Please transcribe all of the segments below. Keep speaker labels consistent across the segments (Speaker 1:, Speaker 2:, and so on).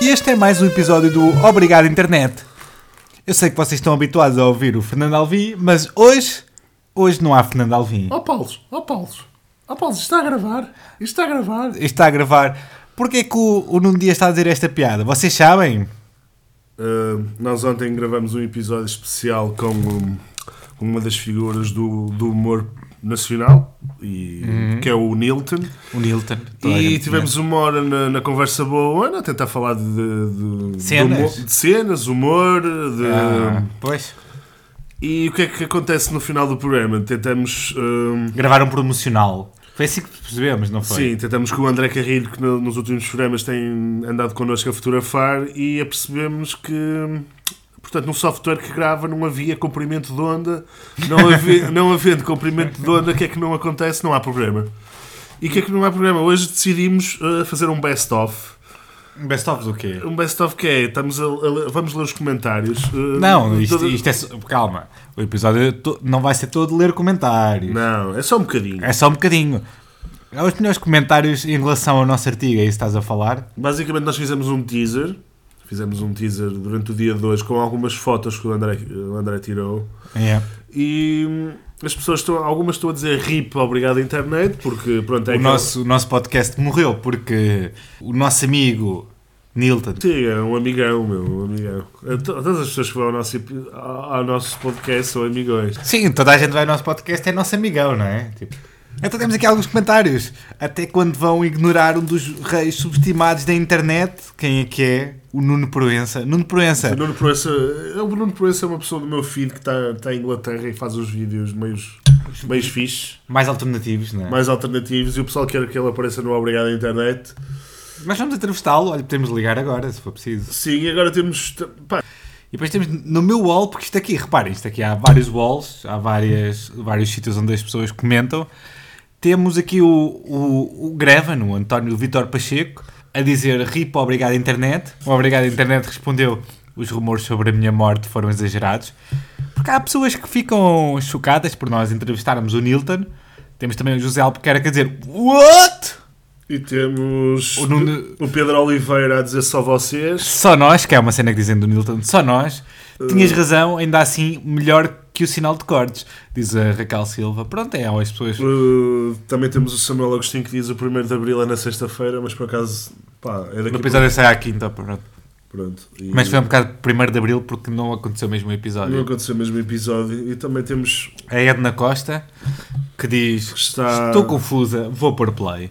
Speaker 1: E este é mais um episódio do Obrigado Internet. Eu sei que vocês estão habituados a ouvir o Fernando Alvim, mas hoje, hoje não há Fernando Alvim.
Speaker 2: Ó Paulo, ó Paulo, ó Paulo, isto está a gravar, isto está a gravar.
Speaker 1: Isto está a gravar. Porquê que o, o Nuno Dias está a dizer esta piada? Vocês sabem?
Speaker 3: Uh, nós ontem gravamos um episódio especial com um, uma das figuras do, do humor nacional, e, que é o Nilton.
Speaker 1: O Nilton.
Speaker 3: E tivemos uma hora na, na conversa boa, Ana, a tentar falar de, de- de-
Speaker 1: Cenas.
Speaker 3: de humor- de cenas, humor, de-
Speaker 1: eh, Ah. pois.
Speaker 3: E o que é que acontece no final do programa? Tentamos. hum,
Speaker 1: Gravaram um promocional. Foi assim que percebemos, não foi?
Speaker 3: Sim, tentamos com o André Carrilho, que no- nos últimos programas tem andado connosco a fotografar, e apercebemos que, portanto, no software que grava não havia comprimento de onda. Não, havia, não havendo comprimento de onda, o que é que não acontece? Não há programa. E o que é que não há programa? Hoje decidimos eh, fazer um best-of.
Speaker 1: Best of do quê?
Speaker 3: Um best-of que é, estamos a- a ler- vamos ler os comentários. eh,
Speaker 1: Não,
Speaker 3: de
Speaker 1: isto,
Speaker 3: toda-
Speaker 1: isto é. só- Calma. O episódio to- não vai ser todo ler comentários.
Speaker 3: Não, é só um bocadinho.
Speaker 1: É só um bocadinho. Há os melhores comentários em relação ao nosso artigo, é isso que estás a falar?
Speaker 3: Basicamente nós fizemos um teaser, fizemos um teaser durante o dia de hoje com algumas fotos que o André, o André tirou
Speaker 1: É.
Speaker 3: e hum, as pessoas estão, algumas estão a dizer RIP, obrigado internet, porque pronto, é
Speaker 1: o,
Speaker 3: que-
Speaker 1: nosso, o nosso podcast morreu porque o nosso amigo Nilton.
Speaker 3: Sim, é um amigão, meu, um amigão. A to- Todas as pessoas que vão ao nosso, epi- ao ao nosso podcast são amigões.
Speaker 1: Sim, toda a gente vai ao nosso podcast, é nosso amigão, não é? Tipo, então temos aqui alguns comentários. Até quando vão ignorar um dos reis subestimados da internet, quem é que é? O Nuno Proença. Nuno
Speaker 3: O
Speaker 1: Proença.
Speaker 3: Bruno Proença, o Bruno Proença é uma pessoa do meu filho que está está em Inglaterra e faz uns vídeos meios, meios fixes,
Speaker 1: Mais alternativos, não é?
Speaker 3: mais alternativos, e o pessoal quer que ele apareça no Obrigado Internet.
Speaker 1: Mas vamos entrevistá-lo. Olha, podemos ligar agora, se for preciso.
Speaker 3: Sim, e agora temos. Pá,
Speaker 1: E depois temos no meu wall, porque isto aqui, reparem, isto aqui há vários walls, há várias, vários sítios onde as pessoas comentam. Temos aqui o, o, o Grevan, o António Vitor Pacheco, a dizer RIP, obrigado internet. O obrigado internet respondeu: os rumores sobre a minha morte foram exagerados. Porque há pessoas que ficam chocadas por nós entrevistarmos o Nilton. Temos também o José Albuquerque a dizer: What?
Speaker 3: E temos
Speaker 1: O Nuno-
Speaker 3: o Pedro Oliveira a dizer só vocês.
Speaker 1: Só nós, que é uma cena que dizem do Nilton, só nós. Tinhas
Speaker 3: Eh.
Speaker 1: razão, ainda assim, melhor que o sinal de cortes, diz a Raquel Silva. Pronto, é, as pessoas.
Speaker 3: Uh, também temos o Samuel Agostinho que diz o 1 de Abril é na sexta-feira, mas por acaso pá, é daqui
Speaker 1: No episódio sai à quinta, pronto.
Speaker 3: para- pronto. E
Speaker 1: Mas foi um bocado 1 de abril porque não aconteceu o mesmo
Speaker 3: Não
Speaker 1: episódio.
Speaker 3: aconteceu o mesmo episódio. E também temos
Speaker 1: A Edna Costa, que diz:
Speaker 3: que está.
Speaker 1: Estou confusa, vou pôr play.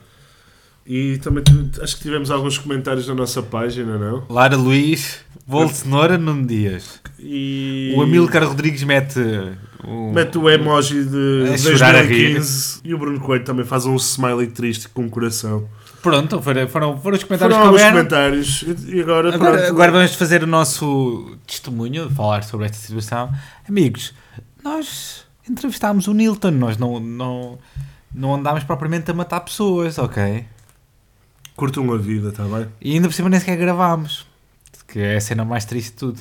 Speaker 3: E também t- acho que tivemos alguns comentários na nossa página, não?
Speaker 1: Lara Luís, vou cenoura Nuno Dias.
Speaker 3: E.
Speaker 1: O Amilcar Rodrigues mete. Um...
Speaker 3: Mete o emoji de
Speaker 1: A É chorar a
Speaker 3: 2015 e o Bruno Coelho também faz um smiley triste com um coração.
Speaker 1: Pronto, foram, foram, foram os comentários
Speaker 3: Foram
Speaker 1: que
Speaker 3: alguns
Speaker 1: houveram.
Speaker 3: comentários e e agora,
Speaker 1: Agora,
Speaker 3: pronto.
Speaker 1: agora vamos fazer o nosso testemunho, falar sobre esta situação. Amigos, nós entrevistámos o Nilton, nós não, não, não andámos propriamente a matar pessoas, ok?
Speaker 3: Curtam a vida, está bem?
Speaker 1: E ainda por cima nem sequer gravámos, que é a cena mais triste de tudo.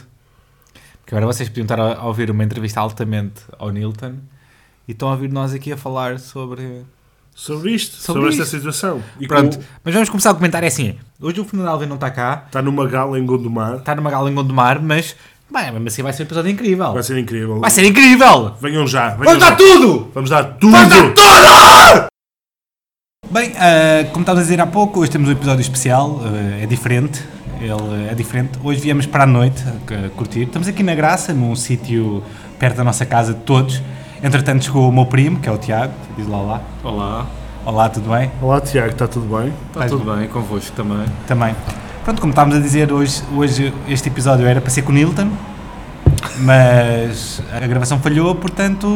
Speaker 1: Porque agora vocês podiam estar a, a ouvir uma entrevista altamente ao Nilton e estão a ouvir nós aqui a falar sobre
Speaker 3: Sobre isto,
Speaker 1: Sobre
Speaker 3: sobre,
Speaker 1: isto.
Speaker 3: esta situação. E
Speaker 1: Pronto,
Speaker 3: como
Speaker 1: mas vamos começar o comentário é assim. Hoje o Fernando Alves não está cá,
Speaker 3: Está tá numa gala em Gondomar.
Speaker 1: está numa gala em Gondomar, mas bem, mesmo assim vai ser um episódio incrível.
Speaker 3: Vai ser incrível.
Speaker 1: Vai ser incrível!
Speaker 3: Venham já. Venham
Speaker 1: Vamos
Speaker 3: já.
Speaker 1: dar tudo!
Speaker 3: Vamos dar tudo.
Speaker 1: Bem, ah, como estávamos a dizer há pouco, hoje temos um episódio especial, ah, é diferente. Ele é diferente. Hoje viemos para a noite ah, curtir. Estamos aqui na Graça, num sítio perto da nossa casa de todos. Entretanto chegou o meu primo, que é o Tiago. Diz lá olá.
Speaker 4: Olá,
Speaker 1: Olá, tudo bem?
Speaker 3: Olá, Tiago, está tudo bem?
Speaker 4: está tudo bem convosco também?
Speaker 1: Também. Pronto, como estávamos a dizer, hoje, hoje este episódio era para ser com o Nilton,
Speaker 5: Mas a gravação falhou, portanto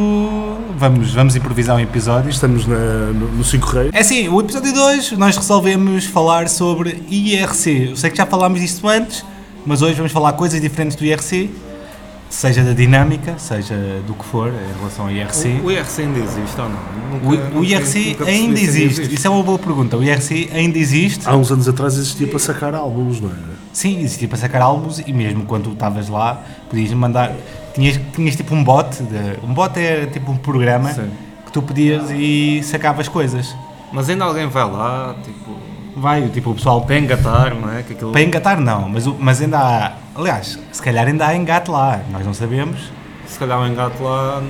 Speaker 5: vamos, vamos improvisar um episódio.
Speaker 3: Estamos na- no, no Cinco Reis.
Speaker 5: É assim, o episódio 2 nós resolvemos falar sobre IRC. Eu sei que já falámos disto antes, mas hoje vamos falar coisas diferentes do IRC, seja da dinâmica, seja do que for em relação ao IRC.
Speaker 4: O, o IRC ainda existe ou não?
Speaker 5: O, o IRC ainda existe. Isso é uma boa pergunta. O IRC ainda existe?
Speaker 3: Há uns anos atrás existia para sacar álbuns, não era?
Speaker 5: Sim, existia para sacar álbuns e mesmo quando estavas lá podias mandar. Tinhas, tinhas tipo um bot. de- um bot era tipo um programa que tu pedias e sacavas coisas.
Speaker 4: Mas ainda alguém vai lá, tipo,
Speaker 5: Vai, tipo, o pessoal
Speaker 4: para engatar, não é? Que aquilo...
Speaker 5: Para engatar não, mas, o- mas ainda há. Aliás, se calhar ainda há engate lá, nós não sabemos.
Speaker 4: Se calhar o engate lá,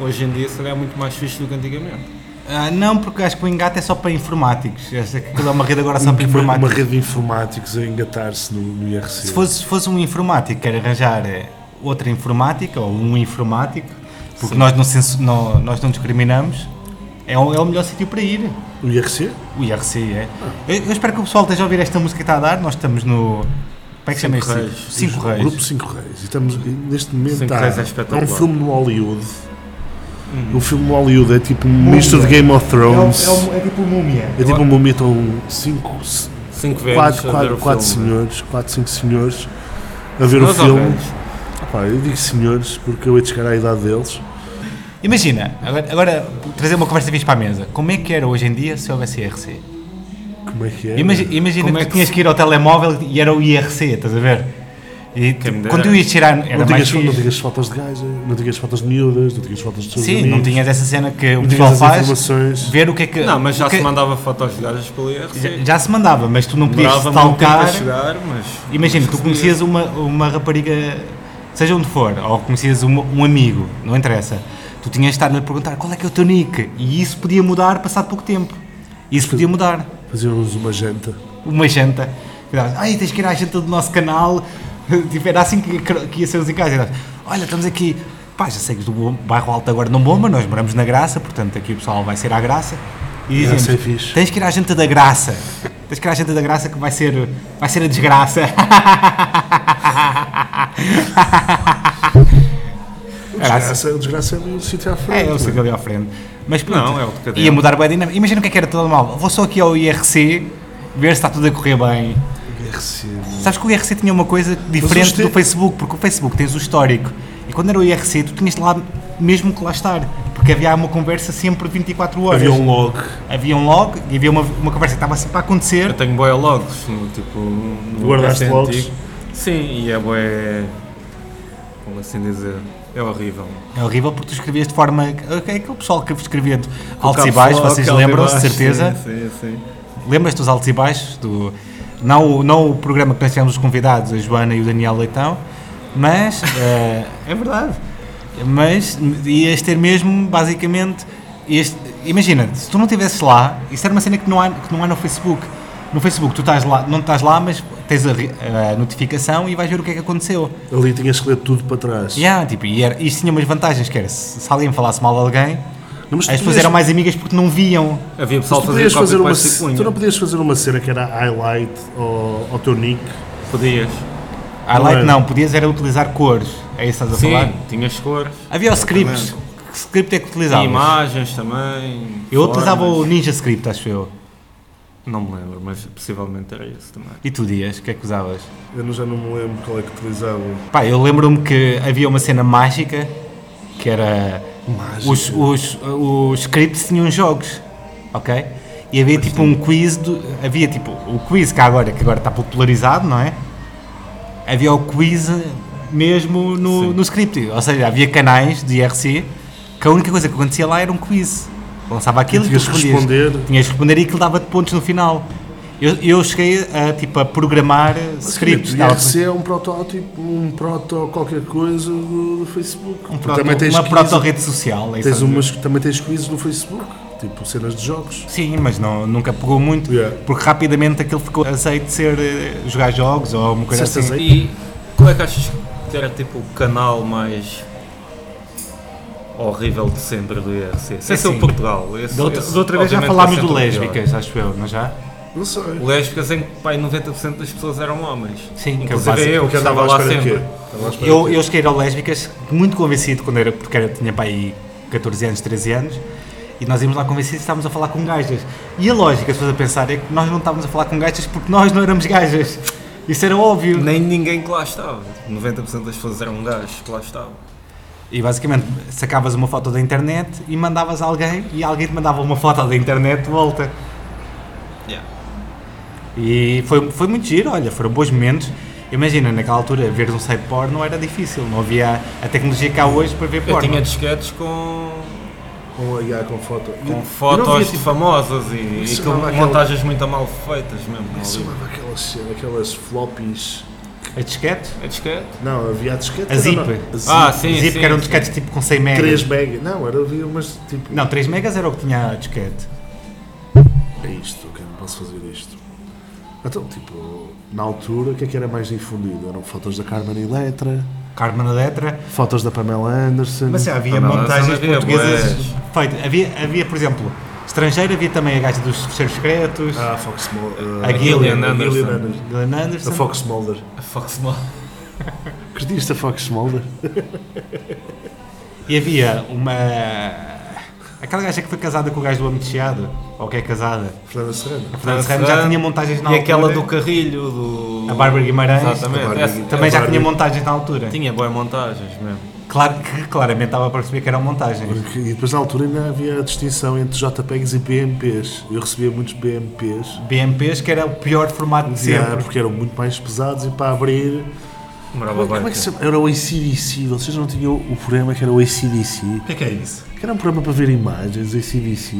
Speaker 4: hoje em dia, será muito mais fixe do que antigamente.
Speaker 5: Ah, não, porque acho que o engate é só para informáticos. Esta aquilo é uma rede agora só para
Speaker 3: Uma, uma
Speaker 5: informáticos.
Speaker 3: rede de informáticos a engatar-se no, no IRC.
Speaker 5: Se fosse, se fosse um informático, quer arranjar eh, outra informática ou um informático, porque nós não, censu- não- nós não discriminamos, é o, é o melhor sítio para ir.
Speaker 3: O IRC?
Speaker 5: O IRC é. Eu, eu espero que o pessoal esteja a ouvir esta música que está a dar. Nós estamos no. Como é que chama
Speaker 4: Cinco
Speaker 5: este?
Speaker 4: Reis.
Speaker 5: sítio? Cinco Reis.
Speaker 3: Grupo Cinco Reis. E estamos, e neste momento
Speaker 4: Cinco
Speaker 3: há,
Speaker 4: Reis é
Speaker 3: há
Speaker 4: espetacular.
Speaker 3: um filme no Hollywood. Um filme no Hollywood é tipo um misto de Game of
Speaker 1: um
Speaker 3: Thrones. É,
Speaker 5: tipo múmia.
Speaker 3: tipo um momento um cinco,
Speaker 4: Cinco velhos
Speaker 3: quatro,
Speaker 4: a ver
Speaker 3: quatro,
Speaker 4: o
Speaker 3: quatro
Speaker 5: né?
Speaker 4: filme.
Speaker 3: senhores, quatro, cinco senhores a ver
Speaker 4: Nós
Speaker 3: o
Speaker 4: ou
Speaker 3: filme.
Speaker 4: velhos?
Speaker 3: Pá, eu digo senhores porque eu hei de chegar à idade deles.
Speaker 5: Imagina, agora, agora trazer uma conversa fixe para a mesa. Como é que era hoje em dia se houvesse IRC?
Speaker 3: Como é que é?
Speaker 5: Imagi- Imagina
Speaker 4: Como
Speaker 5: que
Speaker 4: é
Speaker 5: tu
Speaker 4: que
Speaker 5: tinhas que ir ao telemóvel e era o IRC, estás a ver?
Speaker 4: Quem me
Speaker 5: E tipo,
Speaker 4: dera.
Speaker 5: quando tu ias tirar, era
Speaker 3: não,
Speaker 5: mais
Speaker 3: tinhas, não
Speaker 5: fixe.
Speaker 3: tinhas fotos de gaja, não tinhas fotos de miúdas, não tinhas fotos de seus
Speaker 5: Sim,
Speaker 3: amigos,
Speaker 5: não tinhas essa cena que o
Speaker 3: não
Speaker 5: pessoal
Speaker 3: tinhas as
Speaker 5: faz,
Speaker 3: informações.
Speaker 5: ver o que é que...
Speaker 4: Não, mas já
Speaker 5: o que-
Speaker 4: se mandava fotos de gajas pelo IRC.
Speaker 5: já, já se mandava, mas tu não podias
Speaker 4: Demorava muito tempo
Speaker 5: stalkar.
Speaker 4: a chegar, mas...
Speaker 5: Imagina,
Speaker 4: mas
Speaker 5: tu
Speaker 4: se
Speaker 5: conhecias uma, uma rapariga, seja onde for, ou conhecias um, um amigo, não interessa. Tu tinhas de estar-lhe a perguntar qual é que é o teu nick. E isso podia mudar passado pouco tempo. Isso podia mudar.
Speaker 3: Fazíamos uma janta.
Speaker 5: uma janta. E dava, Ai, tens que ir à janta do nosso canal. Tipo, era assim que, que ia ser os encaixes. E dava, Olha, estamos aqui. Pá, já sei que do bom- bairro alto agora não bomba, nós moramos na Graça, portanto aqui o pessoal vai ser à Graça. E
Speaker 3: Graça
Speaker 5: dizemos,
Speaker 3: é fixe.
Speaker 5: tens que ir à janta da Graça. Tens que ir à janta da Graça que vai ser, vai ser a desgraça.
Speaker 3: O desgraça, o desgraça é um sítio à
Speaker 5: É,
Speaker 3: frente.
Speaker 5: eu sei
Speaker 3: mano.
Speaker 5: que ali à frente. Mas pronto,
Speaker 4: Não, é o decadente.
Speaker 5: ia mudar bem a dinâmica. Imagina o que é que era todo mal. Vou só aqui ao IRC, ver se está tudo a correr bem.
Speaker 3: IRC,
Speaker 5: Sabes que o IRC tinha uma coisa diferente
Speaker 3: este-
Speaker 5: do Facebook, porque o Facebook tens o histórico. E quando era o IRC, tu tinhas de lá mesmo que lá estar, porque havia uma conversa sempre 24 horas.
Speaker 3: Havia um log.
Speaker 5: Havia um log e havia uma, uma conversa que estava sempre a acontecer.
Speaker 4: Eu tenho boia logs, no, tipo... No
Speaker 3: Guardaste
Speaker 4: PC
Speaker 3: logs?
Speaker 4: antigo. Sim, e é boé... Como assim dizer? É horrível.
Speaker 5: É horrível porque tu escrevias de forma. É aquele pessoal que escrevia de
Speaker 4: Com
Speaker 5: altos e
Speaker 4: caps
Speaker 5: baixos,
Speaker 4: lock,
Speaker 5: vocês
Speaker 4: alto e
Speaker 5: lembram-se, de
Speaker 4: baixo,
Speaker 5: certeza.
Speaker 4: Sim, sim, sim.
Speaker 5: Lembras-te dos altos e baixos? Do, não, o- não o programa que nós tivemos os convidados, a Joana e o Daniel Leitão, mas. eh, é verdade. Mas ias ter mesmo, basicamente. ias- imagina, se tu não estivesses lá, isso era uma cena que não, há, que não há no Facebook. No Facebook, tu estás lá, não estás lá, mas tens a, re- a notificação e vais ver o que é que aconteceu.
Speaker 3: Ali tinhas que ler tudo para trás.
Speaker 5: Yeah, tipo, e era, isto tinha umas vantagens, que era se, se alguém falasse mal de alguém,
Speaker 3: Não, mas tu
Speaker 5: as pessoas
Speaker 3: podias-
Speaker 5: eram mais amigas porque não viam.
Speaker 4: Havia
Speaker 3: mas
Speaker 4: pessoal
Speaker 3: tu,
Speaker 4: a
Speaker 3: podias
Speaker 4: fazer
Speaker 3: fazer uma,
Speaker 4: copy-paste e
Speaker 3: ce- tu não
Speaker 4: punha.
Speaker 3: podias fazer uma cena que era highlight ao, ao teu nick.
Speaker 4: Podias.
Speaker 5: Highlight
Speaker 3: era.
Speaker 5: não, podias era utilizar cores. É isso que estás a falar?
Speaker 4: Sim, tinhas cores.
Speaker 5: Havia o scripts. Que script é que
Speaker 4: E
Speaker 5: utilizavas?
Speaker 4: imagens também.
Speaker 5: Eu utilizava o
Speaker 4: formas.
Speaker 5: Ninja Script, acho eu.
Speaker 4: Não me lembro, mas possivelmente era isso também.
Speaker 5: E tu, Dias, o que é que usavas?
Speaker 3: Eu não- já não me lembro qual é que utilizava.
Speaker 5: Pá, eu lembro-me que havia uma cena mágica que era.
Speaker 3: Mágica.
Speaker 5: Os, os, os scripts tinham jogos, ok? E havia tipo um quiz. Do, havia tipo o quiz que há agora, que agora está popularizado, não é? Havia o quiz mesmo no,
Speaker 4: Sim.
Speaker 5: no script. Ou seja, havia canais de IRC que a única coisa que acontecia lá era um quiz. Lançava aquilo e, tu
Speaker 3: Tinhas que
Speaker 5: respondias.
Speaker 3: responder.
Speaker 5: Tinhas que responder e aquilo dava-te pontos no final. Eu, eu cheguei a, tipo, a programar scripts.
Speaker 3: O
Speaker 5: dava-
Speaker 3: IRC é um protótipo, um proto qualquer coisa do, do Facebook.
Speaker 5: Um
Speaker 3: Tu
Speaker 5: proto- uma
Speaker 3: quiz-
Speaker 5: proto-rede social. é
Speaker 3: tens
Speaker 5: isso a dizer.
Speaker 3: umas, também tens quizzes no Facebook, tipo cenas de jogos.
Speaker 5: Sim, mas não, nunca pegou muito,
Speaker 3: Yeah.
Speaker 5: porque rapidamente aquilo ficou azeite de ser eh, jogar jogos ou uma coisa
Speaker 3: Disseste
Speaker 5: assim.
Speaker 3: azeite?
Speaker 4: E qual é que achas que era tipo o canal mais horrível de sempre do IRC? Sem ser
Speaker 5: Sim.
Speaker 4: o Portugal. Esse,
Speaker 5: É assim, Da outra,
Speaker 4: esse,
Speaker 5: da outra vez já
Speaker 4: obviamente,
Speaker 5: falámos
Speaker 4: vai ser
Speaker 5: do
Speaker 4: o pior.
Speaker 5: lésbicas, acho eu, não é já?
Speaker 3: Não sei.
Speaker 4: Lésbicas em que pai, 90% das pessoas eram homens.
Speaker 5: Sim, que é o
Speaker 4: Inclusive
Speaker 5: básico.
Speaker 4: eu, que andava lá
Speaker 3: de
Speaker 4: sempre.
Speaker 3: Estava à espera
Speaker 5: Eu,
Speaker 3: de quê?
Speaker 5: eu cheguei ao lésbicas muito convencido quando era, porque era, tinha para aí 14 anos, 13 anos, e nós íamos lá convencidos e estávamos a falar com gajas. E a lógica, se fores a pensar, é que nós não estávamos a falar com gajas porque nós não éramos gajas. Isso era óbvio.
Speaker 4: Nem ninguém que lá estava. 90% das pessoas eram gajos que lá estavam.
Speaker 5: E basicamente sacavas uma foto da internet e mandavas a alguém e alguém te mandava uma foto da internet de volta.
Speaker 4: Yeah.
Speaker 5: E foi, foi muito giro, olha, foram bons momentos. Imagina, naquela altura, ver um site porno não era difícil, não havia a tecnologia cá hoje para ver
Speaker 4: Eu
Speaker 5: porno.
Speaker 4: tinha disquetes com,
Speaker 3: Com Um a IA, com foto. Eu- eu
Speaker 4: com
Speaker 3: não
Speaker 4: fotos
Speaker 3: via, tipo,
Speaker 4: famosas e, e
Speaker 3: isso
Speaker 4: com
Speaker 3: chamava aquela-
Speaker 4: montagens muito mal feitas mesmo. não
Speaker 3: Como é que se
Speaker 4: havia.
Speaker 3: chamava aquela cena, aquelas floppies?
Speaker 5: A disquete?
Speaker 4: É disquete?
Speaker 3: Não, havia a disquete.
Speaker 5: A
Speaker 3: era
Speaker 5: zip.
Speaker 3: não-
Speaker 4: Ah,
Speaker 3: A
Speaker 4: sim,
Speaker 5: Zip,
Speaker 4: sim.
Speaker 5: que eram
Speaker 4: sim.
Speaker 5: disquetes tipo com 100 megas.
Speaker 3: 3 mega. Não, era havia umas tipo.
Speaker 5: Não, 3 megas era o que tinha a disquete.
Speaker 3: É isto, ok, não posso fazer isto. Então, tipo, na altura, o que é que era mais difundido? Eram fotos da Carmen Electra,
Speaker 5: Carmen Electra.
Speaker 3: fotos da Pamela Anderson.
Speaker 5: Mas é- sim, havia
Speaker 4: Ah, não,
Speaker 5: montagens
Speaker 4: essa não havia,
Speaker 5: portuguesas feitas. Havia, havia, por exemplo, estrangeiro, havia também a gaja dos fecheiros secretos,
Speaker 3: Ah, a Fox Mo- uh,
Speaker 5: A Gillian
Speaker 4: Anderson.
Speaker 3: Anderson.
Speaker 5: Glenn
Speaker 3: A
Speaker 5: Anderson.
Speaker 3: Fox Mulder.
Speaker 4: A Fox Mall.
Speaker 3: Curtiste a Fox Mulder?
Speaker 5: E havia uma. Aquela gaja que foi casada com o gajo do Homem de Chiado, ou que é casada.
Speaker 3: Fernanda Serrano.
Speaker 5: A Fernanda
Speaker 4: Fernanda
Speaker 5: Ramos já
Speaker 4: Serrano.
Speaker 5: tinha montagens na
Speaker 4: E
Speaker 5: altura.
Speaker 4: aquela do carrilho, do.
Speaker 5: A é Bárbara Guimarães.
Speaker 4: Exatamente.
Speaker 3: A Bárbara
Speaker 4: essa-
Speaker 3: Guimarães.
Speaker 5: Também já
Speaker 3: Barbie.
Speaker 5: tinha montagens na altura.
Speaker 4: Tinha boas montagens mesmo.
Speaker 5: Claro que claramente estava a perceber que eram montagens.
Speaker 3: Porque- E depois na altura ainda havia a distinção entre JPEGs e BMPs. Eu recebia muitos BMPs.
Speaker 5: BMPs, que era o pior formato de
Speaker 3: Yeah,
Speaker 5: sempre.
Speaker 3: porque eram muito mais pesados e para abrir.
Speaker 4: Demorava
Speaker 3: Como é
Speaker 4: bem.
Speaker 3: que se chama? Era o ACDC. Vocês não tinham o programa que era o ACDC?
Speaker 4: que é que é isso?
Speaker 3: Que era um programa para ver imagens, ACDC.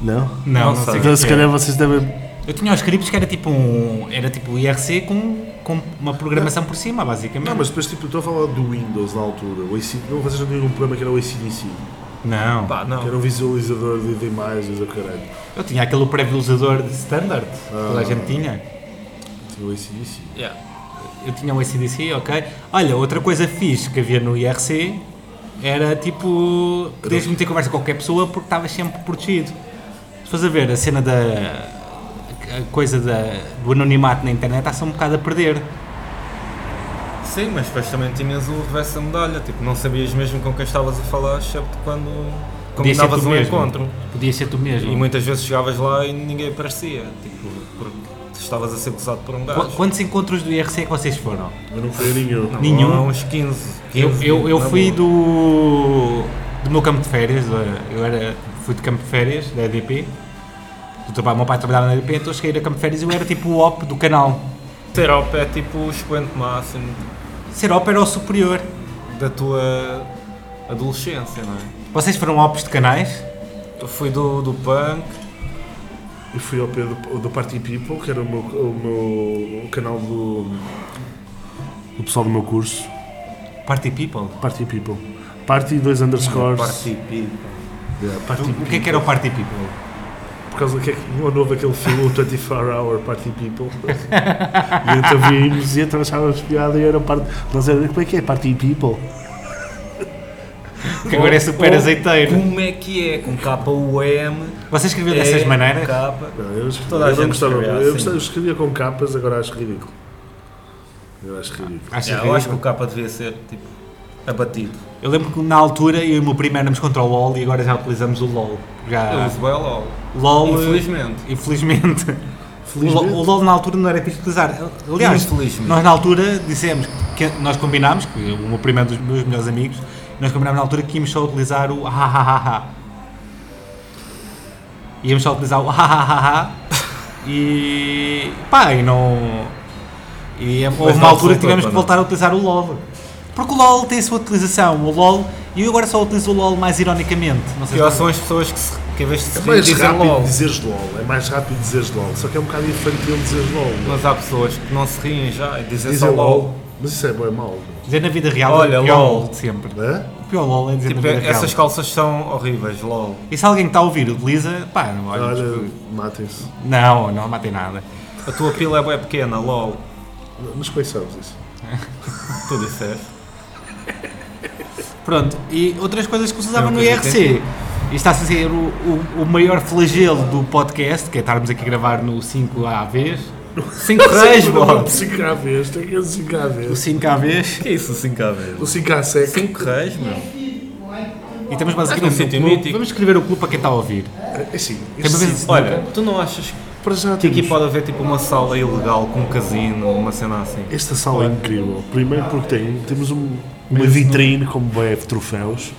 Speaker 3: Não?
Speaker 5: Não,
Speaker 4: Não
Speaker 5: não sei.
Speaker 4: sei.
Speaker 5: o que
Speaker 3: Então se
Speaker 5: é que
Speaker 3: calhar vocês devem.
Speaker 5: é. Eu tinha os scripts que era tipo um. Era tipo IRC com, com uma programação por cima, basicamente.
Speaker 3: Não, mas depois tipo, eu estou a falar do Windows na altura. O AC... Não, vocês não tinham um programa que era o ACDC.
Speaker 5: Não.
Speaker 4: Pá,
Speaker 3: Que
Speaker 4: não.
Speaker 3: era um visualizador de, de imagens, o caralho.
Speaker 5: Eu tinha aquele pré-visualizador de standard, que toda a
Speaker 3: Ah.
Speaker 5: gente tinha.
Speaker 3: Tinha o ACDC.
Speaker 4: Yeah.
Speaker 5: Eu tinha um ACDC, ok. Olha, outra coisa fixe que havia no IRC era tipo. Podias meter conversa com qualquer pessoa porque estavas sempre protegido. Se fores a ver a cena da. a coisa da, do anonimato na internet, está-se um bocado a perder.
Speaker 4: Sim, mas depois também tinhas o reverso da medalha. Tipo, não sabias mesmo com quem estavas a falar, excepto quando
Speaker 5: Podia ser tu
Speaker 4: combinavas um
Speaker 5: mesmo.
Speaker 4: encontro.
Speaker 5: Podias ser tu mesmo.
Speaker 4: E muitas vezes chegavas lá e ninguém aparecia. Tipo, porque estavas a ser gozado por um
Speaker 5: Qu-
Speaker 4: gajo.
Speaker 5: Quantos encontros do IRC é que vocês foram?
Speaker 3: Eu não fui a nenhum.
Speaker 4: Não,
Speaker 5: Nenhum.
Speaker 4: há uns 15.
Speaker 5: Eu,
Speaker 4: 15,
Speaker 5: eu, eu
Speaker 4: na
Speaker 5: fui
Speaker 4: é boa.
Speaker 5: do. do meu campo de férias, eu- eu era, fui de campo de férias da EDP. Do trabalho, meu pai trabalhava na EDP, então cheguei a campo de férias e eu era tipo o op do canal.
Speaker 4: Ter ao pé tipo o expoente máximo
Speaker 5: Ser op era o superior.
Speaker 4: da tua adolescência, não é?
Speaker 5: Vocês foram ops de canais?
Speaker 4: Eu fui do, do punk,
Speaker 3: Eu fui ao pé do, do Party People, que era o meu, o meu o canal do, do pessoal do meu curso.
Speaker 5: Party people?
Speaker 3: Party People. Party 2 underscores.
Speaker 4: party people.
Speaker 3: Yeah, party
Speaker 5: O que é que era o party people?
Speaker 3: Por causa do que é que não houve aquele filme, o 24 Hour Party People. e então vimos e então achávamos piada e era parte. Nós era, como é que é? Party People?
Speaker 5: Que agora é super
Speaker 4: Ou-
Speaker 5: azeiteiro.
Speaker 4: Como é que é? Com K-U-M.
Speaker 5: Vocês
Speaker 4: É,
Speaker 5: escreviam dessas maneiras?
Speaker 4: Capa.
Speaker 3: Não, eu,
Speaker 4: Toda a
Speaker 3: eu não
Speaker 4: gente
Speaker 3: gostava.
Speaker 4: escrevia
Speaker 3: eu,
Speaker 4: assim.
Speaker 3: gostava- eu escrevia com capas, agora acho ridículo. Eu acho ridículo.
Speaker 5: Achas
Speaker 4: Yeah, É, eu acho que o
Speaker 5: ridículo?
Speaker 4: K devia ser tipo abatido.
Speaker 5: Eu lembro que na altura eu e o meu primo éramos contra o LOL e agora já utilizamos o LOL.
Speaker 4: Eu
Speaker 5: Já.
Speaker 4: uso bem LOL.
Speaker 5: LOL.
Speaker 4: Infelizmente.
Speaker 5: Infelizmente. O
Speaker 3: Felizmente.
Speaker 5: LOL, o LOL na altura não era visto utilizar. Aliás,
Speaker 4: Infelizmente.
Speaker 5: nós na altura dissemos que nós combinámos, que o meu primo é um dos meus melhores amigos, nós combinámos na altura que íamos só utilizar o ha ha ha ha. Íamos só utilizar o ha ha ha ha e pá, e não. E é, houve uma
Speaker 4: não
Speaker 5: altura
Speaker 4: resultou,
Speaker 5: que tivemos que
Speaker 4: pá, não.
Speaker 5: voltar a utilizar o LOL. Porque o LOL tem a sua utilização, o LOL, e eu agora só utilizo o LOL mais ironicamente. Não sei se-
Speaker 4: Pior são as pessoas que, se, que em vez de se
Speaker 3: É
Speaker 4: rir,
Speaker 3: mais
Speaker 4: dizem
Speaker 3: rápido
Speaker 4: LOL.
Speaker 3: dizeres LOL, é mais rápido dizeres LOL, só que é um bocado infantil dizeres LOL. não é?
Speaker 4: Mas há pessoas que não se riem já e dizem é só
Speaker 3: Dizer
Speaker 4: LOL.
Speaker 3: LOL, mas isso é bem mau, não
Speaker 5: Dizer na vida real
Speaker 4: Olha,
Speaker 5: é o pior
Speaker 4: LOL.
Speaker 5: LOL de sempre.
Speaker 3: é?
Speaker 5: O pior LOL é dizer
Speaker 4: Tipo,
Speaker 5: na vida real.
Speaker 4: essas calças são horríveis, LOL.
Speaker 5: E se alguém que está a ouvir utiliza, pá, não olha.
Speaker 3: Olha, matem-se.
Speaker 5: Não, não matei nada.
Speaker 4: A tua pila é bem pequena, LOL.
Speaker 3: Mas conhecemos isso.
Speaker 4: Tu disseste.
Speaker 5: Pronto, e outras coisas que se usavam
Speaker 4: Não,
Speaker 5: no
Speaker 4: pois é,
Speaker 5: IRC. Isto está a ser o, o, o maior flagelo do podcast, que é estarmos aqui a gravar no 5 à vez. 5
Speaker 4: é
Speaker 5: três, bom.
Speaker 3: 5 à vez, tem que 5 à
Speaker 5: O
Speaker 3: vez.
Speaker 5: 5 à vez.
Speaker 4: Que é isso, 5 à vez?
Speaker 3: O 5 à seca.
Speaker 4: Cinco reis, meu.
Speaker 5: E estamos basicamente
Speaker 4: Acho um
Speaker 5: no
Speaker 4: sítio
Speaker 5: clube.
Speaker 4: mítico.
Speaker 5: Vamos escrever o clube para quem está a ouvir.
Speaker 3: É assim,
Speaker 5: Tem uma vez-
Speaker 4: Olha, tu não achas
Speaker 3: para já
Speaker 4: que aqui
Speaker 3: temos-
Speaker 4: pode haver tipo uma sala ilegal com um casino ou uma cena assim?
Speaker 3: Esta sala é incrível. Primeiro porque tem, temos um- uma vitrine com bué de troféus.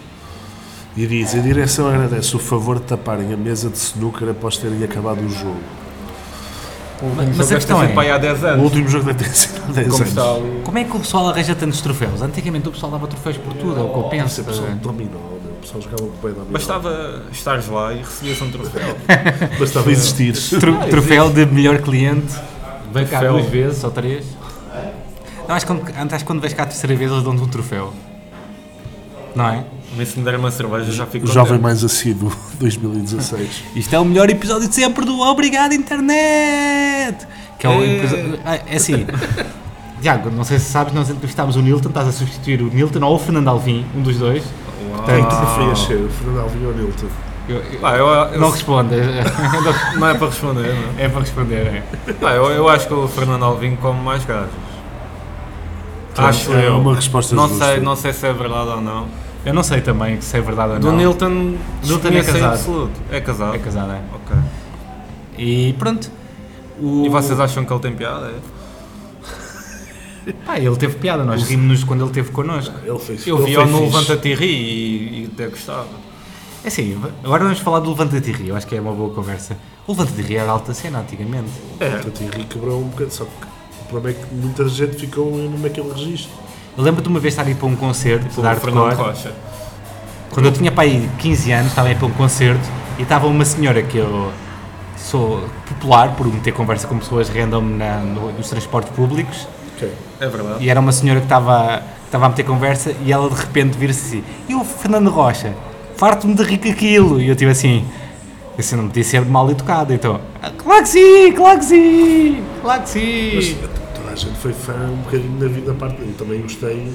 Speaker 3: E diz, a direção agradece o favor de taparem a mesa de snooker após terem acabado o jogo.
Speaker 5: Mas,
Speaker 4: Mas
Speaker 5: a questão é,
Speaker 4: para aí há 10
Speaker 3: O
Speaker 4: anos.
Speaker 3: último jogo da Tencent há 10
Speaker 4: Como
Speaker 3: anos.
Speaker 4: está ali?
Speaker 5: como é que o pessoal arranja tantos troféus? Antigamente o pessoal dava troféus por tudo, é o que
Speaker 4: Oh,
Speaker 5: eu penso.
Speaker 3: O pessoal dominou, né? o pessoal jogava bem dominó.
Speaker 4: Bastava estares lá e recebias um troféu.
Speaker 3: Bastava existir.
Speaker 5: Tro- troféu de melhor cliente. Veio cá
Speaker 4: Ah, Troféu.
Speaker 5: duas vezes ou três. Não, acho que quando, acho que quando vais cá a terceira vez eles dão-te um troféu. Não é?
Speaker 4: Mas se me derem uma cerveja já fico
Speaker 3: O jovem
Speaker 4: contente.
Speaker 3: mais assíduo 2016.
Speaker 5: Isto é o melhor episódio de sempre do Obrigado Internet! Que é o
Speaker 4: É.
Speaker 5: episódio. Ah, É assim. Tiago, não sei se sabes, nós entrevistámos o Nilton, estás a substituir o Nilton ou o Fernando Alvim, um dos dois.
Speaker 3: Quem
Speaker 5: Portanto,
Speaker 3: que
Speaker 4: Ah.
Speaker 3: preferias ser? O Fernando Alvim ou o Nilton?
Speaker 5: eu- eu-
Speaker 4: Pá, Ah, eu- eu-
Speaker 5: não respondas.
Speaker 4: não é para responder, não
Speaker 5: É para responder, é.
Speaker 4: é? Pá, eu, eu acho que o Fernando Alvim come mais gajos. Acho
Speaker 3: é
Speaker 4: eu.
Speaker 3: uma resposta
Speaker 4: Não
Speaker 3: justa.
Speaker 4: sei, não sei se é verdade ou não.
Speaker 5: Eu não sei também se é verdade ou
Speaker 4: Do
Speaker 5: não.
Speaker 4: Nilton,
Speaker 5: Nilton é
Speaker 4: desconheço em
Speaker 5: casado.
Speaker 4: absoluto. É casado.
Speaker 5: É casado, é.
Speaker 4: Ok.
Speaker 5: E pronto. O...
Speaker 4: E vocês acham que ele tem piada? É?
Speaker 5: Pá, ele teve piada, nós rimos-nos quando ele teve connosco.
Speaker 3: Ele fez.
Speaker 4: Eu
Speaker 3: ele
Speaker 4: vi-o
Speaker 3: foi
Speaker 4: no
Speaker 3: fixe.
Speaker 4: Levanta-te e ri e, e até gostava.
Speaker 5: É assim, agora vamos falar do Levanta-te e Ri, eu acho que é uma boa conversa. O Levanta-te e Ri era alta cena antigamente.
Speaker 3: Portanto, Henrique quebrou um bocado, só que o problema é que muita gente ficou mesmo naquele registro.
Speaker 5: Eu lembro de uma vez estar a ir para um concerto
Speaker 4: O
Speaker 5: de
Speaker 4: Fernando
Speaker 5: hardcore.
Speaker 4: Rocha.
Speaker 5: Quando eu tinha para aí 15 anos, estava a ir para um concerto e estava uma senhora que eu sou popular por meter conversa com pessoas random na, no- nos transportes públicos.
Speaker 4: É verdade.
Speaker 5: E era uma senhora que estava que estava a meter conversa e ela de repente vira-se assim: E o Fernando Rocha, farto-me de rico aquilo. E eu tive assim: Assim, não podia ser mal educado. Então, "Ah, claro que sim, claro que sim, claro que
Speaker 3: Mas
Speaker 5: sim.
Speaker 3: toda a gente foi fã um bocadinho da vida da parte dele. Também gostei,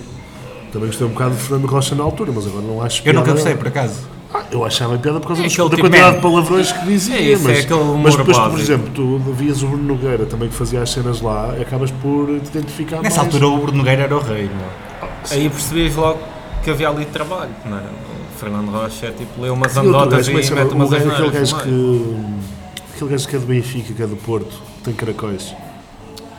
Speaker 3: também gostei um bocado de Fernando Rocha na altura, mas agora não acho
Speaker 5: Eu nunca
Speaker 3: piada.
Speaker 5: gostei, por acaso.
Speaker 3: Ah, eu achava piada por causa
Speaker 4: É
Speaker 3: dos-
Speaker 4: aquele
Speaker 3: da
Speaker 4: tipo
Speaker 3: quantidade
Speaker 4: man.
Speaker 3: de palavrões que dizia.
Speaker 4: É isso, é
Speaker 3: mas,
Speaker 4: aquele humor
Speaker 3: mas depois,
Speaker 4: básico.
Speaker 3: por exemplo, tu vias o Bruno Nogueira também que fazia as cenas lá, e acabas por te identificar é mais.
Speaker 5: Nessa altura o Bruno Nogueira era o rei, é? meu.
Speaker 4: Aí percebias logo que havia ali trabalho, não é? O Fernando Rocha é tipo, lê umas
Speaker 3: E outro gajo,
Speaker 4: andotas e
Speaker 3: como é que se
Speaker 4: mete
Speaker 3: chama? O
Speaker 4: umas
Speaker 3: gajo, aquele
Speaker 4: asneiras
Speaker 3: gajo
Speaker 4: no meio.
Speaker 3: que. Aquele gajo que é do Benfica, que é do Porto, que tem caracóis.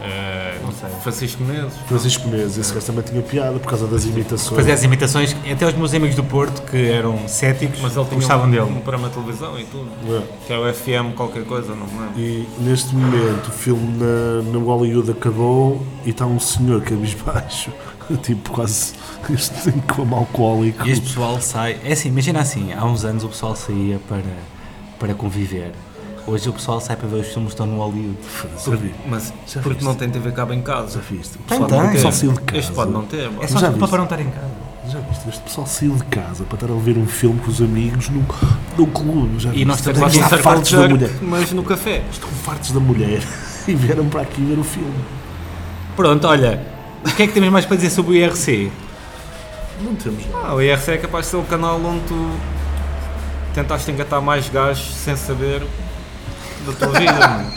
Speaker 4: Eh, Não sei, Francisco Menezes.
Speaker 3: Francisco Menezes, esse gajo também tinha piada por causa das imitações.
Speaker 5: Fazia as imitações, até os meus amigos do Porto, que eram céticos,
Speaker 4: Mas ele tinha
Speaker 5: gostavam
Speaker 4: um, um
Speaker 5: dele.
Speaker 4: programa de televisão e tudo.
Speaker 3: Não é?
Speaker 4: Que é o FM qualquer coisa, não é? me lembro.
Speaker 3: E neste momento o filme na, no Hollywood acabou e está um senhor cabisbaixo, tipo quase este como alcoólico.
Speaker 5: E este pessoal sai. É assim, imagina assim, há uns anos o pessoal saía para, para conviver. Hoje o pessoal sai para ver os filmes que estão no Hollywood.
Speaker 3: Já vi,
Speaker 4: Mas
Speaker 3: Já
Speaker 4: porque
Speaker 3: viste?
Speaker 4: não tem TV cabo em
Speaker 3: já
Speaker 4: casa.
Speaker 3: viste. O
Speaker 5: Tem,
Speaker 3: não
Speaker 5: tem.
Speaker 3: só saiu de casa.
Speaker 4: Este pode não ter,
Speaker 5: É
Speaker 4: mas
Speaker 5: só
Speaker 3: Já
Speaker 5: desculpa
Speaker 3: viste?
Speaker 5: para não estar em casa.
Speaker 3: Já viste, este pessoal saiu de casa para estar a ver um filme com os amigos num, num clube. Já viste?
Speaker 5: nós estamos
Speaker 3: Lá
Speaker 5: aqui
Speaker 3: está
Speaker 5: a
Speaker 4: Circle
Speaker 3: fartos da
Speaker 4: Jerk,
Speaker 3: mulher.
Speaker 4: mas no café.
Speaker 3: Estão fartos da mulher e vieram para aqui ver o filme.
Speaker 5: Pronto, olha, o que é que temos mais para dizer sobre o IRC?
Speaker 3: Não temos nada.
Speaker 4: Ah, o IRC é capaz de ser o canal onde tu tentaste engatar mais gajos sem saber da tua vida. mano.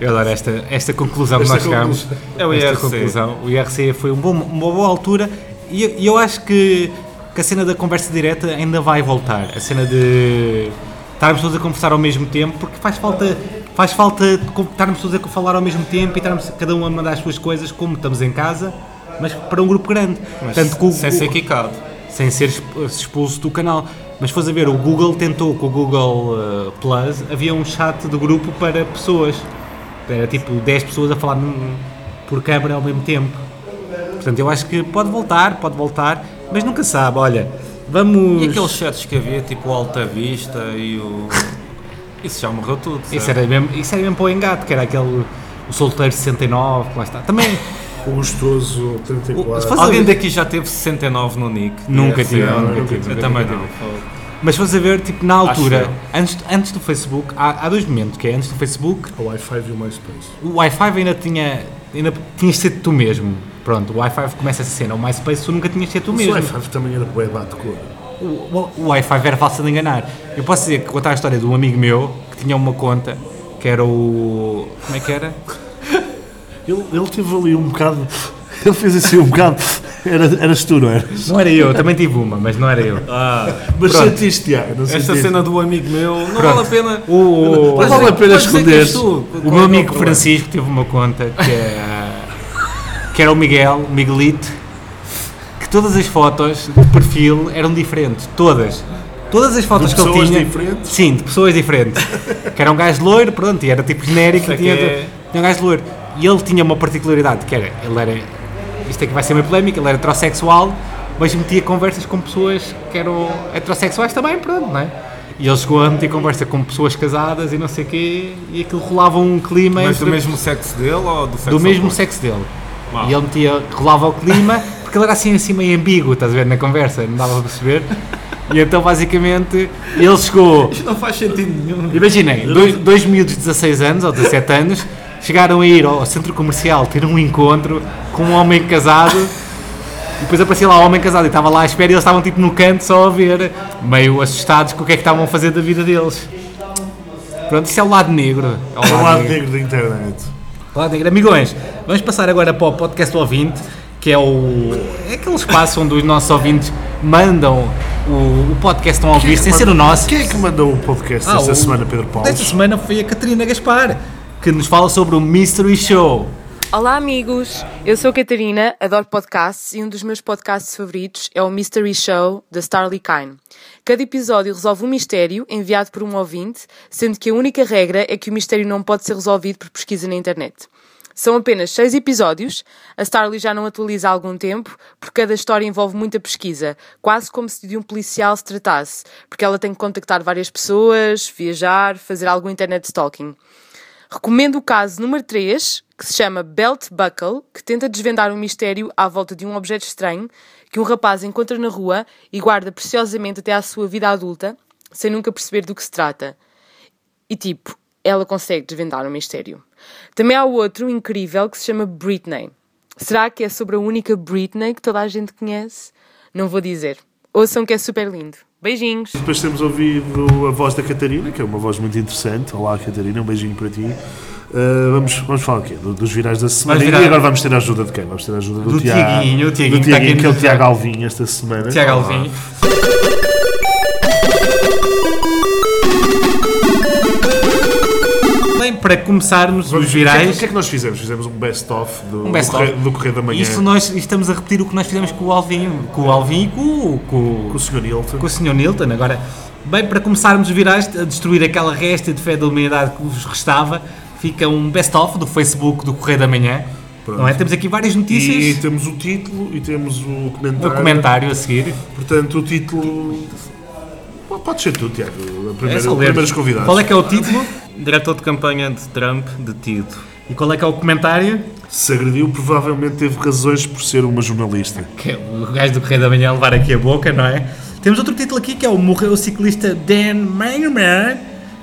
Speaker 5: Eu adoro esta, esta conclusão
Speaker 3: Esta
Speaker 5: que nós chegámos.
Speaker 4: É o
Speaker 5: Esta
Speaker 4: IRC.
Speaker 5: conclusão. O IRC foi um bom- uma boa altura e eu, e eu acho que, que a cena da conversa direta ainda vai voltar. A cena de estarmos todos a conversar ao mesmo tempo, porque faz falta, faz falta co- estarmos todos a falar ao mesmo tempo e estarmos cada um a mandar as suas coisas, como estamos em casa, mas para um grupo grande.
Speaker 4: Mas
Speaker 5: Tanto que o-
Speaker 4: sem ser quicado.
Speaker 5: sem ser exp- expulso do canal. Mas fores a ver, o Google tentou com o Google eh, Plus, havia um chat de grupo para pessoas. Era tipo 10 pessoas a falar num- por câmara ao mesmo tempo. Portanto, eu acho que pode voltar, pode voltar, mas nunca se sabe. Olha, vamos.
Speaker 4: E aqueles chats que havia, tipo o Alta Vista e o. Isso já morreu tudo.
Speaker 5: Isso
Speaker 4: certo?
Speaker 5: era mesmo, isso era mesmo para o engate, que era aquele. O Solteiro 69, que lá está. Também
Speaker 3: O gostoso
Speaker 5: O-
Speaker 3: 34.
Speaker 5: se fosse-
Speaker 4: Alguém daqui já teve 69 no Nick?
Speaker 5: Nunca
Speaker 4: IRC?
Speaker 5: tive,
Speaker 4: Eu
Speaker 5: nunca tive, nunca
Speaker 4: também
Speaker 5: tive.
Speaker 4: não.
Speaker 5: Mas fores a ver, tipo, na altura,
Speaker 4: Acho
Speaker 5: antes, antes do Facebook, há, há dois momentos, que é antes do Facebook
Speaker 3: O Wi-Fi e o MySpace.
Speaker 5: O Wi-Fi ainda tinha. ainda tinhas de ser tu mesmo. Pronto, o Wi-Fi começa a cena. O MySpace tu nunca tinhas de ser tu
Speaker 3: Mas o
Speaker 5: mesmo.
Speaker 3: Wi-Fi também era bué bate-cor.
Speaker 5: o, o, o Wi-Fi era fácil de enganar. Eu posso dizer que contar a história de um amigo meu que tinha uma conta que era o. Como é que era?
Speaker 3: Ele, ele teve ali um bocado. Ele fez assim um bocado. Era, eras tu, não eras?
Speaker 5: Não era eu, também tive uma, mas não era eu.
Speaker 3: Mas
Speaker 5: Pronto.
Speaker 3: sentiste, já. Não
Speaker 4: Esta
Speaker 3: sentiste.
Speaker 4: cena do amigo meu, não
Speaker 5: Pronto.
Speaker 4: vale a pena.
Speaker 5: O, o-
Speaker 4: Mas
Speaker 3: vale
Speaker 4: é-
Speaker 3: a pena
Speaker 4: mas é que és
Speaker 3: esconder-se.
Speaker 4: tu.
Speaker 5: o
Speaker 4: Qual é
Speaker 5: meu
Speaker 4: o
Speaker 5: amigo
Speaker 4: problema?
Speaker 5: Francisco teve uma conta que é. que era o Miguel, o Miguelito, que todas as fotos de perfil eram diferentes. Todas. Todas as fotos
Speaker 3: De
Speaker 5: que ele
Speaker 3: pessoas
Speaker 5: tinha.
Speaker 3: diferentes?
Speaker 5: Sim, de pessoas diferentes. que era um gajo loiro, pronto, e era tipo genérico.
Speaker 4: Isso
Speaker 5: e
Speaker 4: é
Speaker 5: Tinha,
Speaker 4: que é-
Speaker 5: tinha um gajo loiro. E ele tinha uma particularidade, que era. Ele era. Isto é que vai ser meio polémico, ele era heterossexual, mas metia conversas com pessoas que eram heterossexuais também, pronto, não é? E ele chegou a meter conversa com pessoas casadas e não sei o quê, e aquilo rolava um clima
Speaker 4: Mas do
Speaker 5: entre-
Speaker 4: mesmo sexo dele ou do sexo
Speaker 5: do mesmo
Speaker 4: oposto?
Speaker 5: sexo dele.
Speaker 4: Uau.
Speaker 5: E ele metia, rolava o clima, porque ele era assim, assim meio ambíguo, estás a ver, na conversa, não dava para perceber. E então, basicamente, ele chegou.
Speaker 4: Isto não faz sentido nenhum.
Speaker 5: Imaginem, dois, dois miúdos de 16 anos ou 17 anos chegaram a ir ao centro comercial ter um encontro com um homem casado. E depois aparecia lá o homem casado e estava lá à espera e eles estavam tipo no canto só a ver, meio assustados com o que é que estavam a fazer da vida deles. Pronto, isso é o lado negro. É o
Speaker 3: Ao lado negro da internet.
Speaker 5: Olá, Negra. Amigões, vamos passar agora para o podcast do ouvinte, que é o é aquele espaço onde os nossos ouvintes mandam o, o podcast que estão a ouvir, sem ser o nosso.
Speaker 3: Quem é que mandou o podcast
Speaker 5: Ah,
Speaker 3: esta
Speaker 5: o-
Speaker 3: semana, Pedro Paulo?
Speaker 5: Desta semana foi a Catarina Gaspar, que nos fala sobre o Mystery Show.
Speaker 6: Olá, amigos! Eu sou a Catarina, adoro podcasts e um dos meus podcasts favoritos é o Mystery Show da Starly Kine. Cada episódio resolve um mistério enviado por um ouvinte, sendo que a única regra é que o mistério não pode ser resolvido por pesquisa na internet. São apenas seis episódios, a Starly já não atualiza há algum tempo, porque cada história envolve muita pesquisa, quase como se de um policial se tratasse, porque ela tem que contactar várias pessoas, viajar, fazer algum internet stalking. Recomendo o caso número 3, que se chama Belt Buckle, que tenta desvendar um mistério à volta de um objeto estranho que um rapaz encontra na rua e guarda preciosamente até à sua vida adulta, sem nunca perceber do que se trata. E tipo, ela consegue desvendar o mistério. Também há outro incrível que se chama Britney. Será que é sobre a única Britney que toda a gente conhece? Não vou dizer. Ouçam que é super lindo. Beijinhos!
Speaker 3: Depois temos ouvido a voz da Catarina, que é uma voz muito interessante. Olá, Catarina, um beijinho para ti. Ah, vamos, vamos falar o quê? Do- dos virais da semana.
Speaker 5: Vamos virar-
Speaker 3: E agora vamos ter a ajuda de quem? Vamos ter a ajuda do,
Speaker 5: Do
Speaker 3: Tiago.
Speaker 5: Tiaguinho, o Tiaguinho
Speaker 3: do
Speaker 5: que está aqui
Speaker 3: Tiaguinho, que é o
Speaker 5: nos-
Speaker 3: Tiago Alvim esta semana.
Speaker 5: Tiago Alvim. Bem, para começarmos
Speaker 3: Vamos,
Speaker 5: os
Speaker 3: O que, é,
Speaker 5: virais,
Speaker 3: que- o que é que nós fizemos? Fizemos um best-of do,
Speaker 5: Um best
Speaker 3: do
Speaker 5: of.
Speaker 3: Correio- do Correio da Manhã
Speaker 5: isto nós estamos a repetir o que nós fizemos com o Alvin, com o Alvin e com, com,
Speaker 3: com o Sr. Hilton.
Speaker 5: com o Sr. Nilton. Agora, bem, para começarmos virais a destruir aquela resta de fé da humanidade que vos restava, fica um best-of do Facebook do Correio da Manhã. Não é? Temos aqui várias
Speaker 3: E
Speaker 5: notícias,
Speaker 3: temos o título e temos o
Speaker 5: o
Speaker 3: comentário.
Speaker 5: comentário a seguir.
Speaker 3: Portanto, o título. Pô, Pode ser tu, Tiago. A
Speaker 5: É
Speaker 3: primeira,
Speaker 5: só ler.
Speaker 3: primeiros convidados.
Speaker 5: Qual é que é o título
Speaker 4: Diretor de campanha de Trump detido.
Speaker 5: e qual é que é o comentário?
Speaker 3: Se agrediu, provavelmente teve razões por ser uma jornalista.
Speaker 5: Que é o gajo do Correio da Manhã a levar aqui a boca, não é? Temos outro título aqui que é o Morreu o ciclista Dan Mangerman.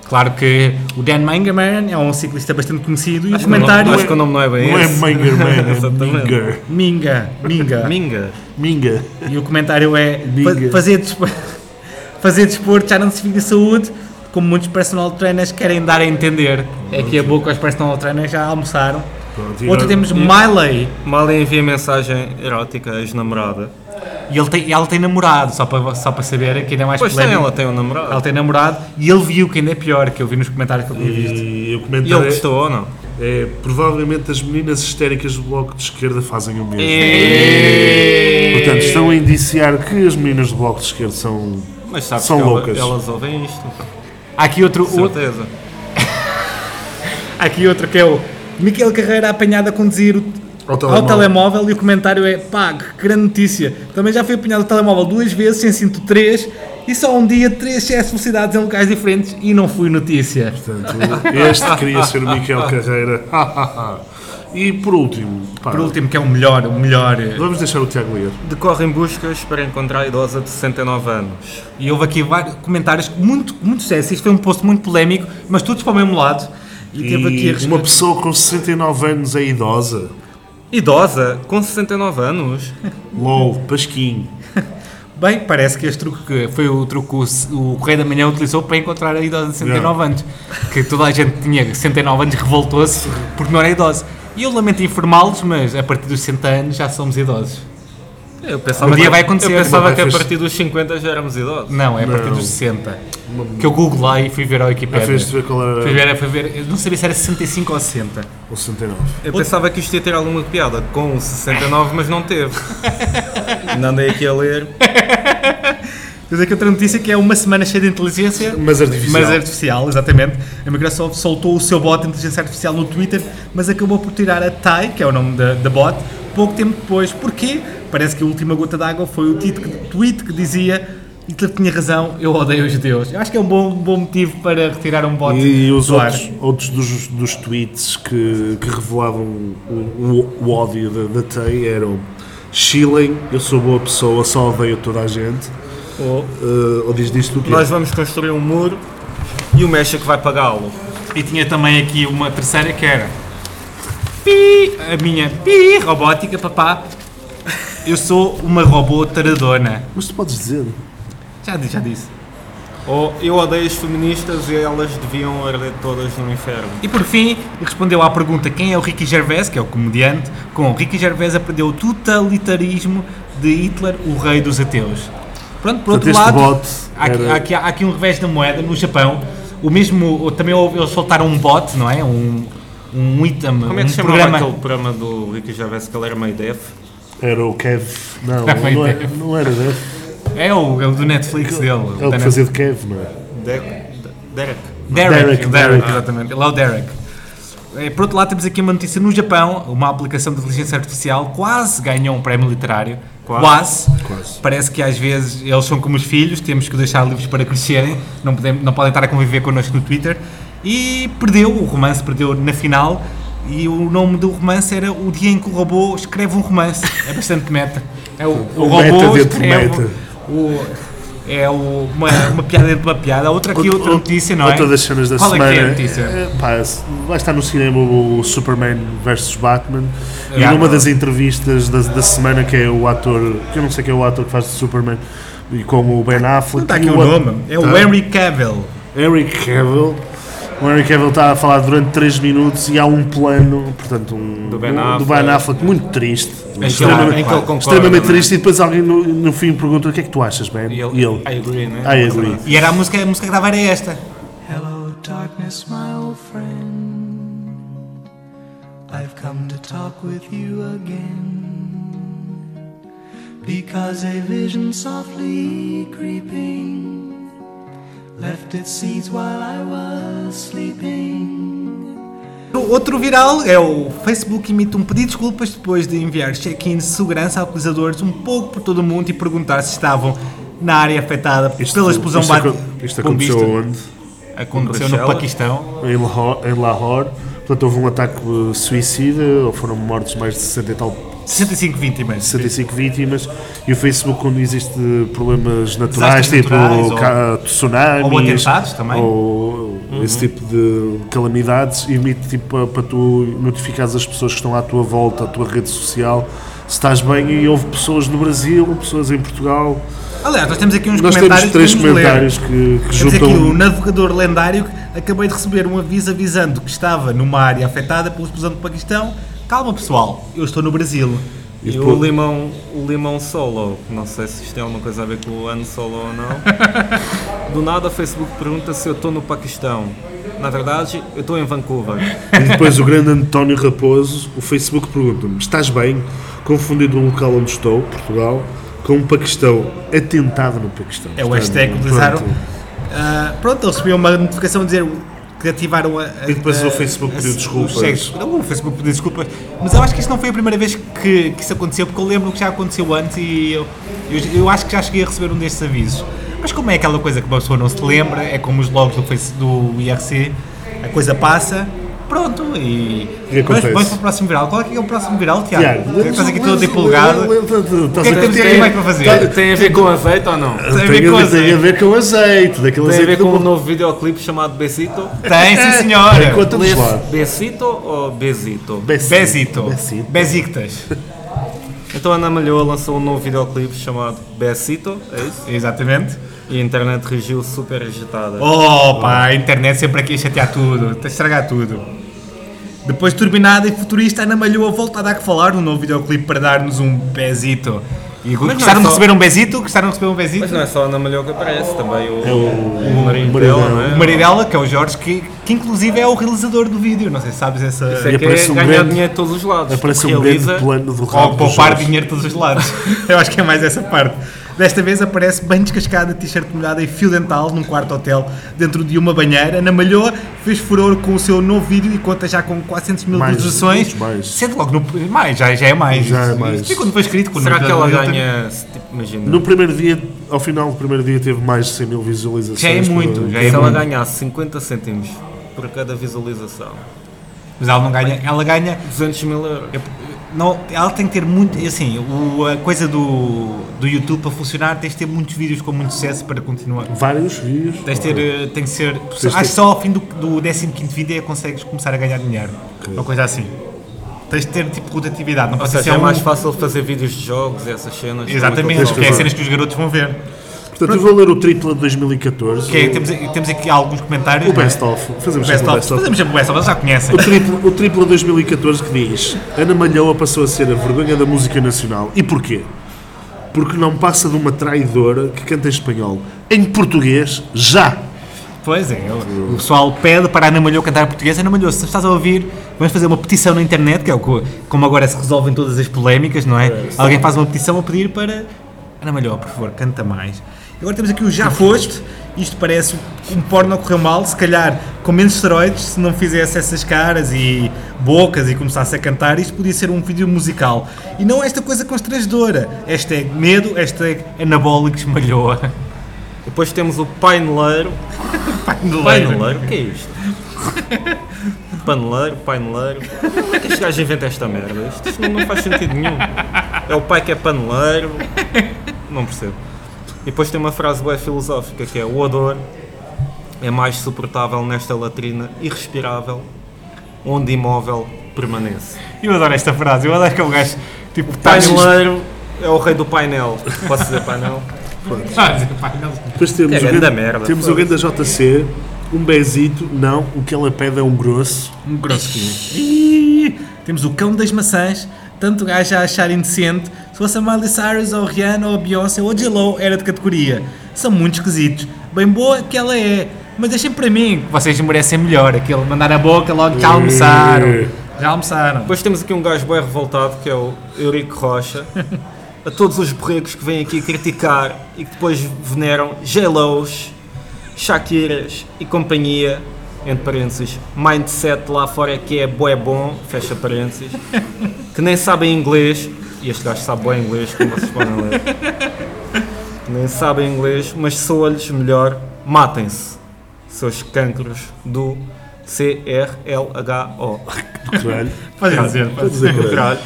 Speaker 5: Claro que o Dan Mangerman é um ciclista bastante conhecido e o comentário
Speaker 4: Acho que o nome não é bem
Speaker 3: Não é
Speaker 4: esse.
Speaker 3: Manger Man, é
Speaker 4: Exatamente.
Speaker 3: Minger.
Speaker 5: é Minga, Minga.
Speaker 4: Minga.
Speaker 3: Minga.
Speaker 5: E o comentário é
Speaker 3: Diga.
Speaker 5: "Fa- fazer, despo- fazer desporto já não se fica saúde, como muitos personal trainers querem dar a entender. É que a boca aos personal trainers já almoçaram.
Speaker 3: Pronto, e
Speaker 5: Outro
Speaker 3: agora-
Speaker 5: temos Miley
Speaker 4: Mal envia mensagem erótica à ex-namorada.
Speaker 5: e ele tem, ela tem namorado, só para, só para saber que ainda é mais
Speaker 4: Pois tem,
Speaker 5: polémico.
Speaker 4: ela tem um namorado.
Speaker 5: Ela tem namorado e ele viu que ainda é pior, que eu vi nos comentários que eu tinha visto.
Speaker 3: E o
Speaker 4: E ele
Speaker 3: comentário é,
Speaker 4: gostou ou não?
Speaker 3: é, provavelmente as meninas histéricas do Bloco de Esquerda fazem o mesmo.
Speaker 4: É.
Speaker 3: Portanto, estão a indiciar que as meninas do Bloco de Esquerda são...
Speaker 4: Mas sabes
Speaker 3: São
Speaker 4: que ela-
Speaker 3: loucas.
Speaker 4: elas ouvem isto.
Speaker 5: Há aqui outro, outro,
Speaker 4: Certeza.
Speaker 5: há aqui outro que é o Miquel Carreira apanhado a conduzir o-
Speaker 3: Ao telemóvel.
Speaker 5: ao telemóvel e o comentário é pá, que grande notícia. Também já fui apanhado ao telemóvel duas vezes, sem cinto três e só um dia três excessos de velocidades em locais diferentes e não fui notícia.
Speaker 3: Portanto, este queria ser o Miquel Carreira. e por último, pá,
Speaker 5: Por último, que é o melhor, o melhor. eh,
Speaker 3: vamos deixar o Tiago ler.
Speaker 4: Decorrem buscas para encontrar a idosa de 69 anos.
Speaker 5: E houve aqui vários comentários muito, muito sucesso. Isto foi um post muito polémico, mas todos para o mesmo lado. E, teve aqui a
Speaker 3: E
Speaker 5: resposta-
Speaker 3: uma pessoa com 69 anos é idosa.
Speaker 4: Idosa? Com 69 anos?
Speaker 3: LOL, Pasquim.
Speaker 5: Bem, parece que este truque que foi o truque que o, S- o Correio da Manhã utilizou para encontrar a idosa de 69 anos. Que toda a gente tinha 69 anos revoltou-se porque não era idosa. E eu lamento informá-los, mas a partir dos 60 anos já somos idosos.
Speaker 4: Eu pensava
Speaker 5: Um dia
Speaker 4: que-
Speaker 5: vai acontecer.
Speaker 4: Eu
Speaker 5: Uma
Speaker 4: pensava
Speaker 5: vez
Speaker 4: que a
Speaker 5: fez-
Speaker 4: partir dos 50 já éramos idosos.
Speaker 5: Não, é a partir
Speaker 3: Não.
Speaker 5: dos 60. Que eu googlei e fui ver a
Speaker 3: Já
Speaker 5: Wikipedia.
Speaker 3: fez de ver qual
Speaker 5: Fui
Speaker 3: era
Speaker 5: ver, fui ver, eu não sabia se era 65 ou 60.
Speaker 3: o 69.
Speaker 4: Eu pensava que isto ia ter alguma piada com o 69, mas não teve. não andei aqui a ler.
Speaker 5: Tens aqui outra notícia que é uma semana cheia de inteligência.
Speaker 3: Mas artificial.
Speaker 5: Mas artificial, exatamente. A Microsoft soltou o seu bot de inteligência artificial no Twitter, mas acabou por tirar a TAI, que é o nome da, da bot, pouco tempo depois. Porquê? Parece que a última gota d'água foi o tweet que, tweet que dizia Hitler tinha razão, eu odeio os judeus. Eu acho que é um bom, bom motivo para retirar um bot
Speaker 3: E os
Speaker 5: do ar.
Speaker 3: outros, outros dos, dos tweets que, que revelavam o, o- o ódio da, da TEI eram Chilem, eu sou boa pessoa, só odeio toda a gente.
Speaker 4: Ou
Speaker 3: Eh, ou diz disto o quê?
Speaker 4: Nós vamos construir um muro e o México vai pagá-lo.
Speaker 5: E tinha também aqui uma terceira que era pi, a minha pi robótica, papá. Eu sou uma robô taradona.
Speaker 3: Mas tu podes dizer.
Speaker 5: Já disse, já disse.
Speaker 4: Ou Oh, eu odeio as feministas e elas deviam arder todas no inferno.
Speaker 5: E por fim, respondeu à pergunta quem é o Ricky Gervais, que é o comediante, com Ricky Gervais aprendeu o totalitarismo de Hitler, o rei dos ateus. Pronto, por
Speaker 3: Portanto,
Speaker 5: outro
Speaker 3: este
Speaker 5: lado,
Speaker 3: bot
Speaker 5: há, aqui-
Speaker 3: era-
Speaker 5: há aqui, há aqui um revés da moeda no Japão. O mesmo, ou também houve- eles soltaram um bot, não é? Um, um item,
Speaker 4: Como é
Speaker 5: um
Speaker 4: que se chamava
Speaker 5: programa.
Speaker 4: aquele programa do Ricky Gervais que ele era meio def?
Speaker 3: Era o Kev. Não,
Speaker 5: Não,
Speaker 3: não, era,
Speaker 5: Kev.
Speaker 3: não era dele.
Speaker 5: É o, é o do Netflix dele. o
Speaker 3: Ele
Speaker 5: da
Speaker 3: que fazia de Kev, não é?
Speaker 4: Derek? Derek.
Speaker 5: Derek,
Speaker 3: Derek,
Speaker 5: o Derek,
Speaker 3: Derek.
Speaker 5: exatamente. Ele é o Derek. Eh, Por outro lado, temos aqui uma notícia no Japão, uma aplicação de inteligência artificial quase ganhou um prémio literário. Quase. Parece que às vezes eles são como os filhos, temos que deixar livros para crescerem, não, podemos, não podem estar a conviver connosco no Twitter. E perdeu, o romance perdeu na final, e o nome do romance era O Dia em que o Robô Escreve um Romance. É bastante meta. É o, o
Speaker 3: Um meta
Speaker 5: robô
Speaker 3: dentro de
Speaker 5: escreve.
Speaker 3: meta.
Speaker 5: o- é o- uma, uma piada dentro de uma piada, outra aqui, outra notícia, não é?
Speaker 3: Outra das cenas da
Speaker 5: Qual
Speaker 3: semana.
Speaker 5: é que é a notícia?
Speaker 3: eh, pá, se- vai estar no cinema o Superman vs Batman.
Speaker 5: Yeah.
Speaker 3: E numa das entrevistas da, da semana, que é o ator, que eu não sei quem é o ator que faz de Superman, e como o Ben Affleck.
Speaker 5: Não está aqui
Speaker 3: e
Speaker 5: o nome, é o
Speaker 3: Tá.
Speaker 5: Henry Cavill.
Speaker 3: Henry Cavill. O Henry Cavill está a falar durante 3 minutos e há um plano, portanto, um,
Speaker 4: Do Ben
Speaker 3: um-
Speaker 4: Affleck.
Speaker 3: Ben Affleck muito triste.
Speaker 5: em que ele é?
Speaker 3: Extremamente, extremamente triste. E depois alguém no, no fim pergunta: O que é que tu achas, Ben?
Speaker 4: E ele, I agree, né?
Speaker 3: I agree.
Speaker 5: E era a música, a música que dava era esta.
Speaker 7: Hello, darkness, my old friend. I've come to talk with you again. Because a vision softly creeping left its seeds while I was sleeping.
Speaker 5: Outro viral é o Facebook emite um pedido de desculpas depois de enviar check-in de segurança a utilizadores um pouco por todo o mundo e perguntar se estavam na área afetada pela explosão
Speaker 3: isto,
Speaker 5: bat-
Speaker 3: acon- isto aconteceu
Speaker 5: bombista.
Speaker 3: onde?
Speaker 5: Aconteceu no
Speaker 4: Bruxelas.
Speaker 5: Paquistão.
Speaker 3: em Lahore, em Lahore. Portanto, houve um ataque eh, suicida, ou foram mortos mais de 60 e tal,
Speaker 5: 65 vítimas.
Speaker 3: 65 vítimas. E o Facebook, quando existe problemas naturais, tipo
Speaker 5: naturais, ou-
Speaker 3: ca- tsunamis,
Speaker 5: ou atentados também. Uhum.
Speaker 3: ou esse tipo de calamidades, emite tipo, para, para tu notificares as pessoas que estão à tua volta, à tua rede social, se estás bem. E houve pessoas no Brasil, pessoas em Portugal.
Speaker 5: Aliás, nós temos aqui uns
Speaker 3: Nós
Speaker 5: comentários
Speaker 3: temos três
Speaker 5: que vamos ler.
Speaker 3: comentários que, que
Speaker 5: Temos aqui o
Speaker 3: juntam.
Speaker 5: navegador lendário que acabei de receber um aviso avisando que estava numa área afetada pela explosão do Paquistão. Calma pessoal, eu estou no Brasil.
Speaker 4: E, o, limão, o limão solo, não sei se isto tem alguma coisa a ver com o ano solo ou não. Do nada o Facebook pergunta se eu estou no Paquistão. Na verdade, eu estou em Vancouver.
Speaker 3: E depois o grande António Raposo, o Facebook pergunta-me: estás bem? Confundido o local onde estou, Portugal, com o Paquistão. Atentado no Paquistão.
Speaker 5: É o
Speaker 3: Portanto,
Speaker 5: hashtag que utilizaram.
Speaker 3: pronto.
Speaker 5: Ah, pronto, eles recebiam uma notificação a dizer que ativaram a. a-
Speaker 3: E depois
Speaker 5: a-
Speaker 3: o Facebook pediu
Speaker 5: a-
Speaker 3: desculpas.
Speaker 5: os cheques. Não, o Facebook pediu desculpas. Mas eu acho que isto não foi a primeira vez que, que isso aconteceu, porque eu lembro que já aconteceu antes e eu, eu, eu acho que já cheguei a receber um destes avisos. Mas como é aquela coisa que uma pessoa não se lembra, é como os logs do, Face- do IRC, a coisa passa. Pronto, e.
Speaker 3: E
Speaker 5: vamos,
Speaker 3: acontece.
Speaker 5: vamos para o próximo viral. Qual é que é o próximo viral, Tiago?
Speaker 3: Tiago,
Speaker 5: Estás aqui
Speaker 3: lê-
Speaker 5: todo
Speaker 3: lê- lê-
Speaker 5: empolgado.
Speaker 3: lê- lê-
Speaker 5: O que é que temos
Speaker 3: tem-
Speaker 5: aqui mais para fazer?
Speaker 4: Tem a ver com azeite ou não?
Speaker 5: Tem a ver
Speaker 3: Tem
Speaker 5: com
Speaker 3: a ver- tem a
Speaker 5: azeite.
Speaker 3: ver com azeite, daquele
Speaker 4: Tem a
Speaker 3: azeite
Speaker 4: ver com um
Speaker 3: do
Speaker 4: novo videoclipe chamado Besito.
Speaker 5: Tem, sim senhora.
Speaker 3: Enquanto
Speaker 4: Lê-se
Speaker 3: lá.
Speaker 4: Besito ou Besito?
Speaker 3: Besito.
Speaker 5: Besito.
Speaker 3: Besito.
Speaker 5: Besictas.
Speaker 4: Então a Ana Malhoa lançou um novo videoclipe chamado Becito, é isso?
Speaker 5: Exatamente.
Speaker 4: E a internet reagiu super agitada.
Speaker 5: Oh, pá, a internet sempre aqui a chatear tudo, a estragar tudo. Depois de turbinada e futurista, Ana Malhoa volta a dar que falar no novo videoclipe para dar-nos um bezito. E
Speaker 4: não é
Speaker 5: gostaram de
Speaker 4: só-
Speaker 5: receber um bezito? Gostaram de receber um bezito?
Speaker 4: Mas não é só a Ana Malhoa que aparece, também o,
Speaker 3: É o-
Speaker 4: o marido
Speaker 3: marido
Speaker 4: dela,
Speaker 3: dela.
Speaker 4: não é?
Speaker 5: O marido dela, que é o Jorge, que, que inclusive é o realizador do vídeo, não sei se sabes essa...
Speaker 4: Isso é
Speaker 3: E
Speaker 4: que é
Speaker 3: aparece um
Speaker 4: ganhar
Speaker 3: grande-
Speaker 4: dinheiro de todos os lados. tipo,
Speaker 3: Aparece um grande
Speaker 4: Realiza-
Speaker 3: plano do
Speaker 5: Ou
Speaker 3: rabo do
Speaker 5: poupar
Speaker 3: Jorge.
Speaker 5: dinheiro de todos os lados. Eu acho que é mais essa parte. Desta vez aparece bem descascada, t-shirt molhada e fio dental num quarto hotel dentro de uma banheira. Na Malhoa fez furor com o seu novo vídeo e conta já com 400 mil
Speaker 3: Mais,
Speaker 5: visualizações.
Speaker 3: muito mais.
Speaker 5: Sente logo no. Mais, já, já é mais.
Speaker 3: Já é
Speaker 5: Isso-
Speaker 3: mais.
Speaker 5: isso foi quando foi escrito. quando
Speaker 4: Será
Speaker 5: no
Speaker 4: que ela
Speaker 5: episódio dele
Speaker 4: ganha, se, tipo, imagina,
Speaker 3: No primeiro dia, ao final do primeiro dia, teve mais de 100 mil visualizações.
Speaker 5: Já é
Speaker 3: por-
Speaker 5: muito, já é
Speaker 4: se ela
Speaker 5: muito.
Speaker 4: ganhar 50 cêntimos por cada visualização,
Speaker 5: Mas ela não ganha. Ela ganha.
Speaker 4: 200 mil euros.
Speaker 5: Não, ela tem que ter muito. Assim, o- a coisa do, do YouTube para funcionar, tens de ter muitos vídeos com muito sucesso para continuar.
Speaker 3: Vários vídeos.
Speaker 5: Tens de ter, eh, tem que ser.
Speaker 3: de
Speaker 5: acho que
Speaker 3: ter-
Speaker 5: só ao fim do, do 15 vídeo é que consegues começar a ganhar dinheiro. Uma coisa assim. Tens de ter tipo rotatividade, não
Speaker 4: Ou
Speaker 5: pode ser
Speaker 4: seja,
Speaker 5: só
Speaker 4: é
Speaker 5: um-
Speaker 4: mais fácil fazer vídeos de jogos e essas cenas.
Speaker 5: Exatamente,
Speaker 4: Como
Speaker 5: porque é
Speaker 4: é
Speaker 5: cenas que os garotos vão ver.
Speaker 3: Portanto, eu vou ler o tripla de 2014.
Speaker 5: Que é- temos, temos aqui alguns comentários.
Speaker 3: O
Speaker 5: não é?
Speaker 3: best of. Fazemos
Speaker 5: Best
Speaker 3: sempre
Speaker 5: of.
Speaker 3: o best of.
Speaker 5: Fazemos sempre o best of, eles já conhecem.
Speaker 3: O triplo, o triplo 2014 que diz Ana Malhoa passou a ser a vergonha da música nacional. E porquê? Porque não passa de uma traidora que canta em espanhol. Em português, já!
Speaker 5: Pois é, o o pessoal pede para a Ana Malhou cantar português. Ana Malhou, se estás a ouvir, vamos fazer uma petição na internet, que é o que- como agora se resolvem todas as polémicas, não é? Alguém faz uma petição a pedir para Ana Malhou, por favor, canta mais. E Agora temos aqui o Já Foste. Isto parece um porno que correu mal, se calhar com menos esteroides, se não fizesse essas caras e bocas e começasse a cantar, isto podia ser um vídeo musical. E não é esta coisa constrangedora. Hashtag medo, hashtag anabólicos malhoa.
Speaker 4: Depois temos o paineleiro. Paineleiro? O que é isto? Paneleiro, paineleiro. Como é que este gajo inventa esta merda? Isto, isto não, não faz sentido nenhum. É o pai que é paneleiro. Não percebo. E depois tem uma frase bem filosófica que é o odor é mais suportável nesta latrina irrespirável onde imóvel permanece.
Speaker 5: Eu adoro esta frase, eu adoro que é o gajo tipo está
Speaker 4: Paineleiro é o rei do painel. Posso dizer painel?
Speaker 3: Depois temos,
Speaker 4: É
Speaker 3: o,
Speaker 4: grande
Speaker 3: grande,
Speaker 4: merda,
Speaker 3: temos
Speaker 4: pô.
Speaker 3: o grande JC, um bezito, não, o que ela pede é um grosso.
Speaker 5: um grosso que- Ih, Temos o cão das maçãs, tanto o gajo a achar indecente. Se fosse a Miley Cyrus, ou a Rihanna, ou a Beyoncé, ou a J-Lo, era de categoria. São muito esquisitos. Bem boa que ela é, mas deixem para mim. que Vocês merecem melhor, aquele mandar a boca logo já almoçaram. Já almoçaram.
Speaker 4: Depois temos aqui um gajo bem revoltado que é o Eurico Rocha. A todos os borregos que vêm aqui criticar e que depois veneram J-Lows, Shakiras e companhia, entre parênteses, mindset lá fora é que é boé bom, fecha parênteses, que nem sabem inglês, e este gajo sabe bem inglês, como vocês podem ler, que nem sabem inglês, mas soa-lhes melhor, matem-se, seus cancros do C-R-L-H-O.
Speaker 3: Caralho.
Speaker 5: Podem dizer.
Speaker 3: Estou a dizer
Speaker 4: Do
Speaker 3: caralho.
Speaker 4: caralho.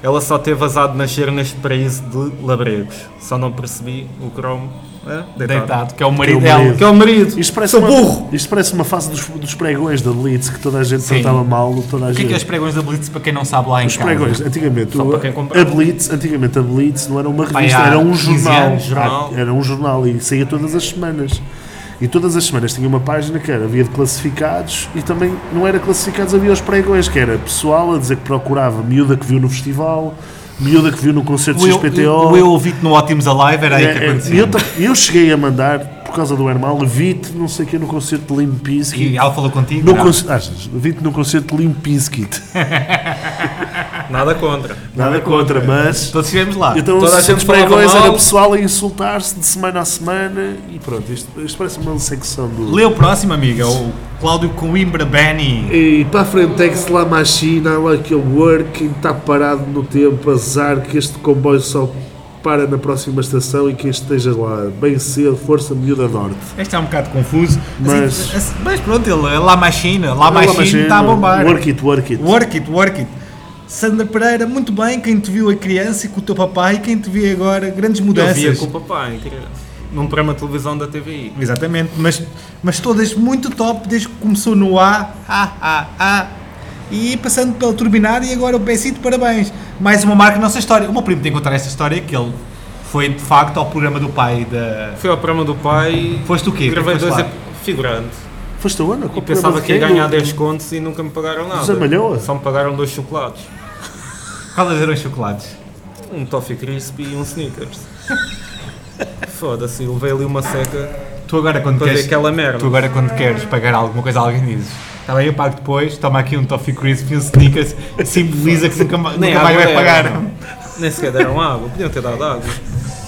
Speaker 4: Ela só ter vazado nascer neste paraíso de labregos. Só não percebi o cromo é, deitado.
Speaker 5: Deitado, que é o marido
Speaker 3: Que é o
Speaker 5: dela.
Speaker 3: marido.
Speaker 4: Que é o marido.
Speaker 3: Isto parece,
Speaker 5: Sou
Speaker 3: uma,
Speaker 5: burro!
Speaker 3: isto parece uma fase dos, dos pregões da Blitz que toda a gente
Speaker 5: Sim.
Speaker 3: tratava mal, toda a
Speaker 5: O que é
Speaker 3: gente.
Speaker 5: que é os pregões da Blitz para quem não sabe lá em
Speaker 3: Os
Speaker 5: casa?
Speaker 3: pregões, antigamente, o-
Speaker 4: para quem comprava.
Speaker 3: a Blitz, antigamente a Blitz não era uma
Speaker 5: Pá,
Speaker 3: revista,
Speaker 5: há
Speaker 3: era um
Speaker 5: 15
Speaker 3: jornal,
Speaker 5: anos, jornal.
Speaker 3: Era um jornal e saía todas as semanas. E todas as semanas tinha uma página que era, havia de classificados e também não era classificados, havia os pregões, que era pessoal a dizer que procurava miúda que viu no festival, miúda que viu no concerto
Speaker 5: O
Speaker 3: de
Speaker 5: eu,
Speaker 3: XPTO.
Speaker 5: o eu ouvi-te no Ótimos Alive, era aí que
Speaker 3: É, é,
Speaker 5: acontecia.
Speaker 3: e eu, ta- eu cheguei a mandar, por causa do Hermal, vi-te não sei o que no concerto de Limp
Speaker 5: E
Speaker 3: Bizkit.
Speaker 5: ela falou contigo?
Speaker 3: No
Speaker 5: Não.
Speaker 3: conce- achas? Vi-te no concerto de Limp Bizkit.
Speaker 4: Nada contra.
Speaker 3: Nada contra, mas...
Speaker 5: Todos estivemos lá.
Speaker 3: Então
Speaker 4: Toda a
Speaker 3: os
Speaker 4: gente
Speaker 3: pregões
Speaker 4: falava mal.
Speaker 3: era pessoal a insultar-se de semana a semana e pronto, isto, isto parece uma secção do.
Speaker 5: Lê o próximo, amigo. É o Cláudio Coimbra Benny.
Speaker 3: E para a frente é que se lá machina, lá que working, está parado no tempo, azar que este comboio só para na próxima estação e que esteja lá bem cedo, força miúda norte.
Speaker 5: Este é um bocado confuso.
Speaker 3: Mas-
Speaker 5: Assim, assim, mas pronto, ele é lá machina. Lá machina
Speaker 4: tá
Speaker 5: está tá a bombar.
Speaker 3: Work it, work it.
Speaker 5: Work it, work it. Sandra Pereira, muito bem. Quem te viu a criança e com o teu papai. e Quem te vê agora, grandes
Speaker 4: Eu
Speaker 5: mudanças.
Speaker 4: via com o papai, querido. é Num programa de televisão da TVI.
Speaker 5: Exatamente, mas, mas todas muito top desde que começou no A. Ah, ah, ah. e passando pelo turbinar e agora o Bessie de parabéns. Mais uma marca na nossa história. O meu primo tem que contar esta história que ele foi de facto ao programa do pai da.
Speaker 4: Fui ao programa do pai.
Speaker 5: Foste o quê?
Speaker 4: Gravei
Speaker 5: Foste
Speaker 4: dois
Speaker 5: lá?
Speaker 4: ep- figurante.
Speaker 3: Foste a Ana?
Speaker 4: E pensava que ia ganhar 10 contos e nunca me pagaram nada.
Speaker 3: Zé Malhoa?
Speaker 4: Só me pagaram dois chocolates.
Speaker 5: Qual eram os chocolates?
Speaker 4: Um Toffee Crisp e um Snickers. Foda-se, levei ali uma seca
Speaker 5: Tu agora quando
Speaker 4: para ver
Speaker 5: queres.
Speaker 4: aquela merda.
Speaker 5: Tu agora quando queres pagar alguma coisa a alguém dizes. Está bem, eu pago depois, toma aqui um Toffee Crisp e um Snickers, simboliza que nunca, ma-
Speaker 4: Nem
Speaker 5: nunca mais
Speaker 4: água
Speaker 5: vai pagar.
Speaker 4: deram, Nem sequer deram água, podiam ter dado água.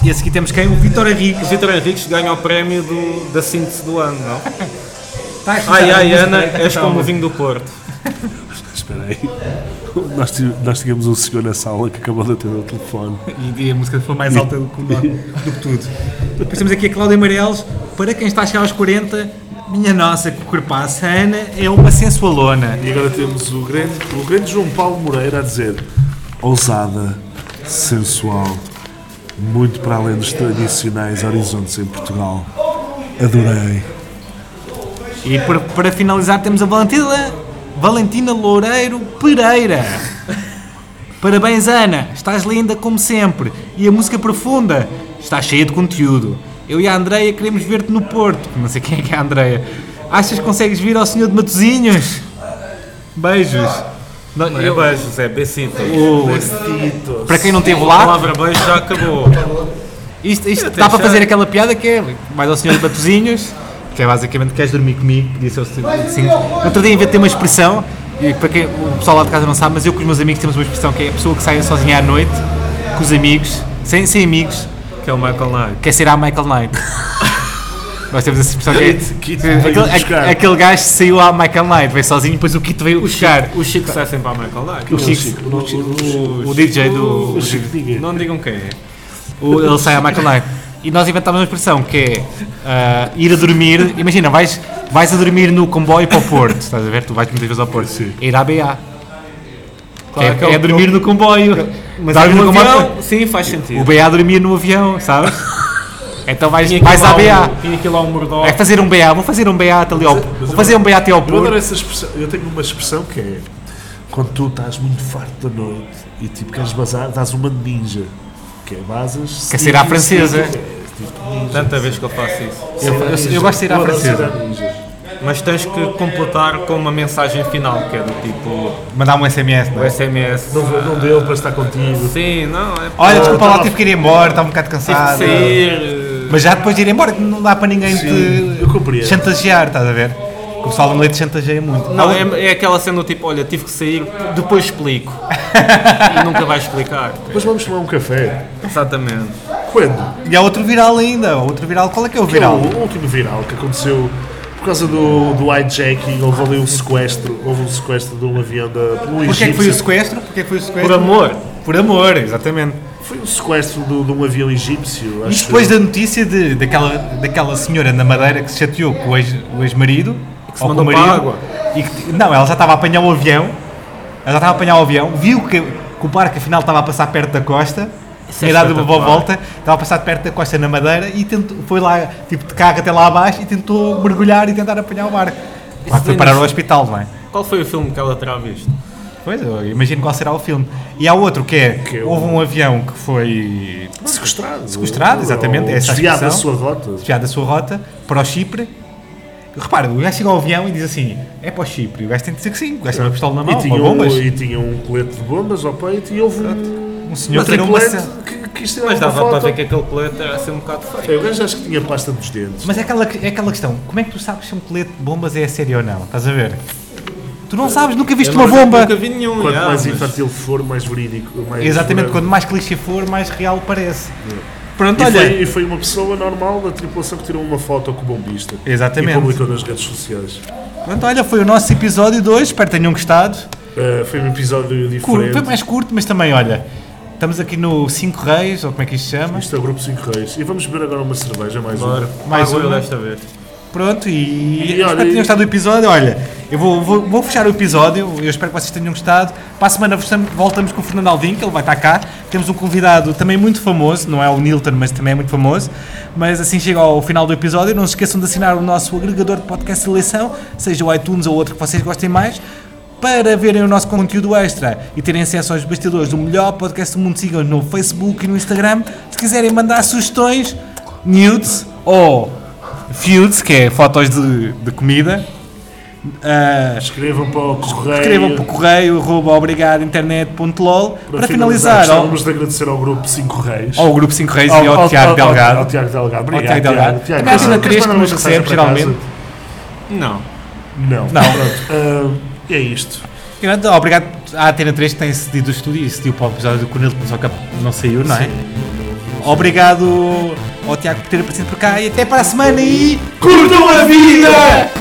Speaker 5: E a seguir temos quem? O Vitor
Speaker 4: O
Speaker 5: Henrique.
Speaker 4: Vitor Henriques ganha o prémio do- da síntese do ano, não?
Speaker 5: Está a escutar
Speaker 4: Ai,
Speaker 5: a
Speaker 4: ai,
Speaker 5: música
Speaker 4: Ana,
Speaker 5: da
Speaker 4: és
Speaker 5: canção.
Speaker 4: como o vinho do Porto.
Speaker 3: Espera aí. Nós, ti- nós tínhamos um senhor na sala que acabou de atender o telefone.
Speaker 5: E a música foi mais alta do que, o nome, do que tudo. Depois temos aqui a Cláudia Amarelos. Para quem está a chegar aos 40, minha nossa, que corpaça. A Ana é uma sensualona.
Speaker 3: E agora temos o grande, o grande João Paulo Moreira a dizer ousada, sensual, muito para além dos tradicionais horizontes em Portugal. Adorei.
Speaker 5: E para, para finalizar temos a Valentina, Valentina Loureiro Pereira. Parabéns Ana, estás linda como sempre. E a música profunda está cheia de conteúdo. Eu e a Andreia queremos ver-te no Porto. Não sei quem é que é a Andreia. Achas que consegues vir ao Senhor de Matozinhos? Beijos. Não,
Speaker 4: Não é
Speaker 5: eu-
Speaker 4: beijos, é becito.
Speaker 5: o- para quem não teve
Speaker 4: A
Speaker 5: lá,
Speaker 4: palavra beijo já acabou.
Speaker 5: isto, isto
Speaker 4: Eu
Speaker 5: dá para
Speaker 4: deixei.
Speaker 5: fazer aquela piada que é mais ao Senhor de Matozinhos, que é basicamente queres dormir comigo, podia ser o Senhor de Matozinhos. No Outro dia, em vez de ter uma expressão, e para quem o pessoal lá de casa não sabe, mas eu com os meus amigos temos uma expressão que é a pessoa que sai sozinha à noite, com os amigos, sem, sem amigos,
Speaker 4: Que é o Michael Knight.
Speaker 5: quer ser a Michael Knight. Nós temos essa expressão que é.
Speaker 3: Kit veio
Speaker 5: aquele,
Speaker 3: buscar.
Speaker 5: a- aquele gajo saiu à Michael Knight, veio sozinho, depois o kit veio buscar.
Speaker 4: O Chico sai sempre ao Michael Knight.
Speaker 5: O, Chico- o DJ do.
Speaker 3: O Chico Diga.
Speaker 4: Não digam quem é.
Speaker 5: O- ele sai à Michael Knight. E nós inventámos uma expressão que é ah, ir a dormir. Imagina, vais, vais a dormir no comboio para o Porto. Estás a ver? Tu vais muitas vezes ao Porto. É ir à BA.
Speaker 4: Claro
Speaker 5: é,
Speaker 4: que é o-
Speaker 5: é dormir no comboio.
Speaker 4: Mas
Speaker 5: Dorme
Speaker 4: é
Speaker 5: no
Speaker 4: um
Speaker 5: comboio.
Speaker 4: avião, sim, faz
Speaker 5: O
Speaker 4: sentido.
Speaker 5: BA dormia no avião, sabes? Então vais,
Speaker 4: Tinha
Speaker 5: vais
Speaker 4: aqui
Speaker 5: à
Speaker 4: lá
Speaker 5: BA.
Speaker 4: um- Tinha aqui lá um mordó.
Speaker 5: É fazer um BA, vou fazer um BA até ali ao Vou fazer um BA até ao
Speaker 3: Eu adoro
Speaker 5: Porto.
Speaker 3: essa expressão. Eu tenho uma expressão que é quando tu estás muito farto da noite e tipo queres bazar, dás uma de ninja. Que é basas.
Speaker 5: Quer ser à francesa. é?
Speaker 3: é, tipo,
Speaker 4: Tanta vez que eu faço isso.
Speaker 5: Eu, eu- eu gosto de ir à francesa.
Speaker 4: Mas tens que completar com uma mensagem final, que é do tipo
Speaker 5: Mandar um SMS, não
Speaker 4: o
Speaker 5: é?
Speaker 4: SMS.
Speaker 3: Não, não deu para estar contigo.
Speaker 4: Sim, não, é
Speaker 5: Olha, desculpa lá,
Speaker 3: tava-
Speaker 5: tive que ir embora, estava um bocado
Speaker 4: para
Speaker 5: cansado.
Speaker 4: sair. eh,
Speaker 5: Mas já depois de ir embora, que não dá para ninguém
Speaker 3: eu
Speaker 5: te
Speaker 3: compreendo.
Speaker 5: chantagear, estás a ver? O pessoal do leite chantageia muito.
Speaker 4: Não,
Speaker 5: Ah,
Speaker 4: é, é aquela cena do tipo, olha, tive que sair, depois explico. e nunca vai explicar.
Speaker 3: Mas vamos tomar um café.
Speaker 4: Exatamente.
Speaker 3: Quando?
Speaker 5: E há outro viral ainda, outro viral. Qual é que é o
Speaker 3: Que é
Speaker 5: viral?
Speaker 3: o último viral que aconteceu por causa do, do hijacking, houve ali um sequestro, houve um sequestro de um avião da pelo
Speaker 5: Porquê é que foi o
Speaker 3: egípcio.
Speaker 5: sequestro? Porquê é que foi o
Speaker 4: Por
Speaker 5: sequestro?
Speaker 4: amor.
Speaker 5: Por amor, exatamente.
Speaker 3: Foi um sequestro de, de um avião egípcio,
Speaker 5: E
Speaker 3: acho
Speaker 5: depois
Speaker 3: eu.
Speaker 5: da notícia de, daquela, daquela senhora na Madeira que se chateou com o ex- o ex-marido, ou com o
Speaker 4: mandou para
Speaker 5: marido,
Speaker 4: a água.
Speaker 5: e que- não, ela já estava a apanhar o avião, ela já estava a apanhar o avião, viu que, que o barco afinal estava a passar perto da costa,
Speaker 3: é
Speaker 5: tinha dado uma boa volta, estava a passar perto da costa na Madeira e tentou, foi lá, tipo de carro até lá abaixo e tentou mergulhar e tentar apanhar o barco. Claro que foi
Speaker 4: é
Speaker 5: parar ao
Speaker 4: nos-
Speaker 5: hospital, não é?
Speaker 4: Qual foi o filme que ela terá visto?
Speaker 5: Pois, eu imagino qual será o filme. E há outro que é,
Speaker 3: Que é o-
Speaker 5: houve um avião que foi
Speaker 3: Sequestrado.
Speaker 5: Sequestrado, exatamente, é
Speaker 3: Ou
Speaker 5: essa a
Speaker 3: Desviado da
Speaker 5: expressão.
Speaker 3: sua rota.
Speaker 5: desviar da sua rota para o Chipre. Repara, o gajo chega ao avião e diz assim: é para o Chipre. E o gajo tem de dizer que sim. O gajo tem uma pistola na
Speaker 3: E
Speaker 5: mão,
Speaker 3: tinha,
Speaker 5: tinha
Speaker 3: um,
Speaker 5: bombas.
Speaker 3: e tinha um colete de bombas ao peito e houve um,
Speaker 5: Um
Speaker 3: um
Speaker 5: senhor tirou uma.
Speaker 3: tripulante
Speaker 5: ce-
Speaker 3: que quis tirar
Speaker 4: Mas
Speaker 3: uma
Speaker 4: dava para
Speaker 3: foto.
Speaker 4: ver que aquele colete era assim um bocado feio.
Speaker 3: É, o gajo acho que tinha pasta nos dentes.
Speaker 5: Mas é aquela, é aquela questão: como é que tu sabes se um colete de bombas é a sério ou não? Estás a ver? Tu não sabes, nunca viste uma bomba.
Speaker 4: Nunca vi nenhum.
Speaker 3: Quanto
Speaker 4: já,
Speaker 3: mais
Speaker 4: mas-
Speaker 3: infantil for, mais verídico. Mais
Speaker 5: Exatamente, quanto
Speaker 3: verdadeiro.
Speaker 5: mais clichê for, mais real parece. Pronto,
Speaker 3: E
Speaker 5: olha.
Speaker 3: foi, e foi uma pessoa normal da tripulação que tirou uma foto com o bombista.
Speaker 5: Exatamente.
Speaker 3: E publicou nas redes sociais.
Speaker 5: Pronto, olha, foi o nosso episódio de hoje. Espero que tenham gostado.
Speaker 3: Uh, foi um episódio diferente.
Speaker 5: Curto, foi mais curto, mas também, olha. Estamos aqui no Cinco Reis, ou como é que isto se chama?
Speaker 3: Isto é o Grupo 5 Reis. E vamos beber agora uma cerveja, mais
Speaker 4: Bora.
Speaker 3: uma.
Speaker 5: Mais
Speaker 4: Mais um
Speaker 5: uma.
Speaker 4: desta vez.
Speaker 5: Pronto, e,
Speaker 3: E
Speaker 5: espero
Speaker 3: olha,
Speaker 5: que
Speaker 3: e-
Speaker 5: tenham gostado do episódio. Olha, eu vou, vou, vou fechar o episódio, eu espero que vocês tenham gostado. Para a semana voltam- voltamos com o Fernando Alvim, que ele vai estar cá. Temos um convidado também muito famoso, não é o Nilton, mas também é muito famoso. Mas assim chega ao final do episódio. Não se esqueçam de assinar o nosso agregador de podcast de eleição, seja o iTunes ou outro que vocês gostem mais. Para verem o nosso conteúdo extra e terem acesso aos bastidores do melhor podcast do mundo, sigam no Facebook e no Instagram. Se quiserem mandar sugestões, nudes ou feuds, que é fotos de, de comida, ah,
Speaker 3: Escrevam para o correio.
Speaker 5: escrevam para o correio arroba obrigadointernet.lol para,
Speaker 3: Para
Speaker 5: finalizar, ao,
Speaker 3: Gostávamos de agradecer ao grupo 5 Reis.
Speaker 5: ao grupo 5 Reis e ao Tiago Delgado.
Speaker 3: Ao Tiago Delgado. Obrigado.
Speaker 5: Tiago Delgado.
Speaker 3: Tiago.
Speaker 5: Também há
Speaker 3: Queres-
Speaker 5: Antena três
Speaker 3: queres
Speaker 5: que
Speaker 3: mandar
Speaker 5: nos
Speaker 3: uma mensagem
Speaker 5: recebe,
Speaker 3: para casa?
Speaker 5: geralmente.
Speaker 4: Não.
Speaker 3: Não.
Speaker 5: Não.
Speaker 3: Pronto, ah, é isto.
Speaker 5: Grande, obrigado à Atena 3 que tem cedido o estúdio e cediu para o episódio do Cornel, só que não saiu, não é? Obrigado ao Tiago por ter aparecido por cá e até para a semana e.
Speaker 3: Curtam a vida!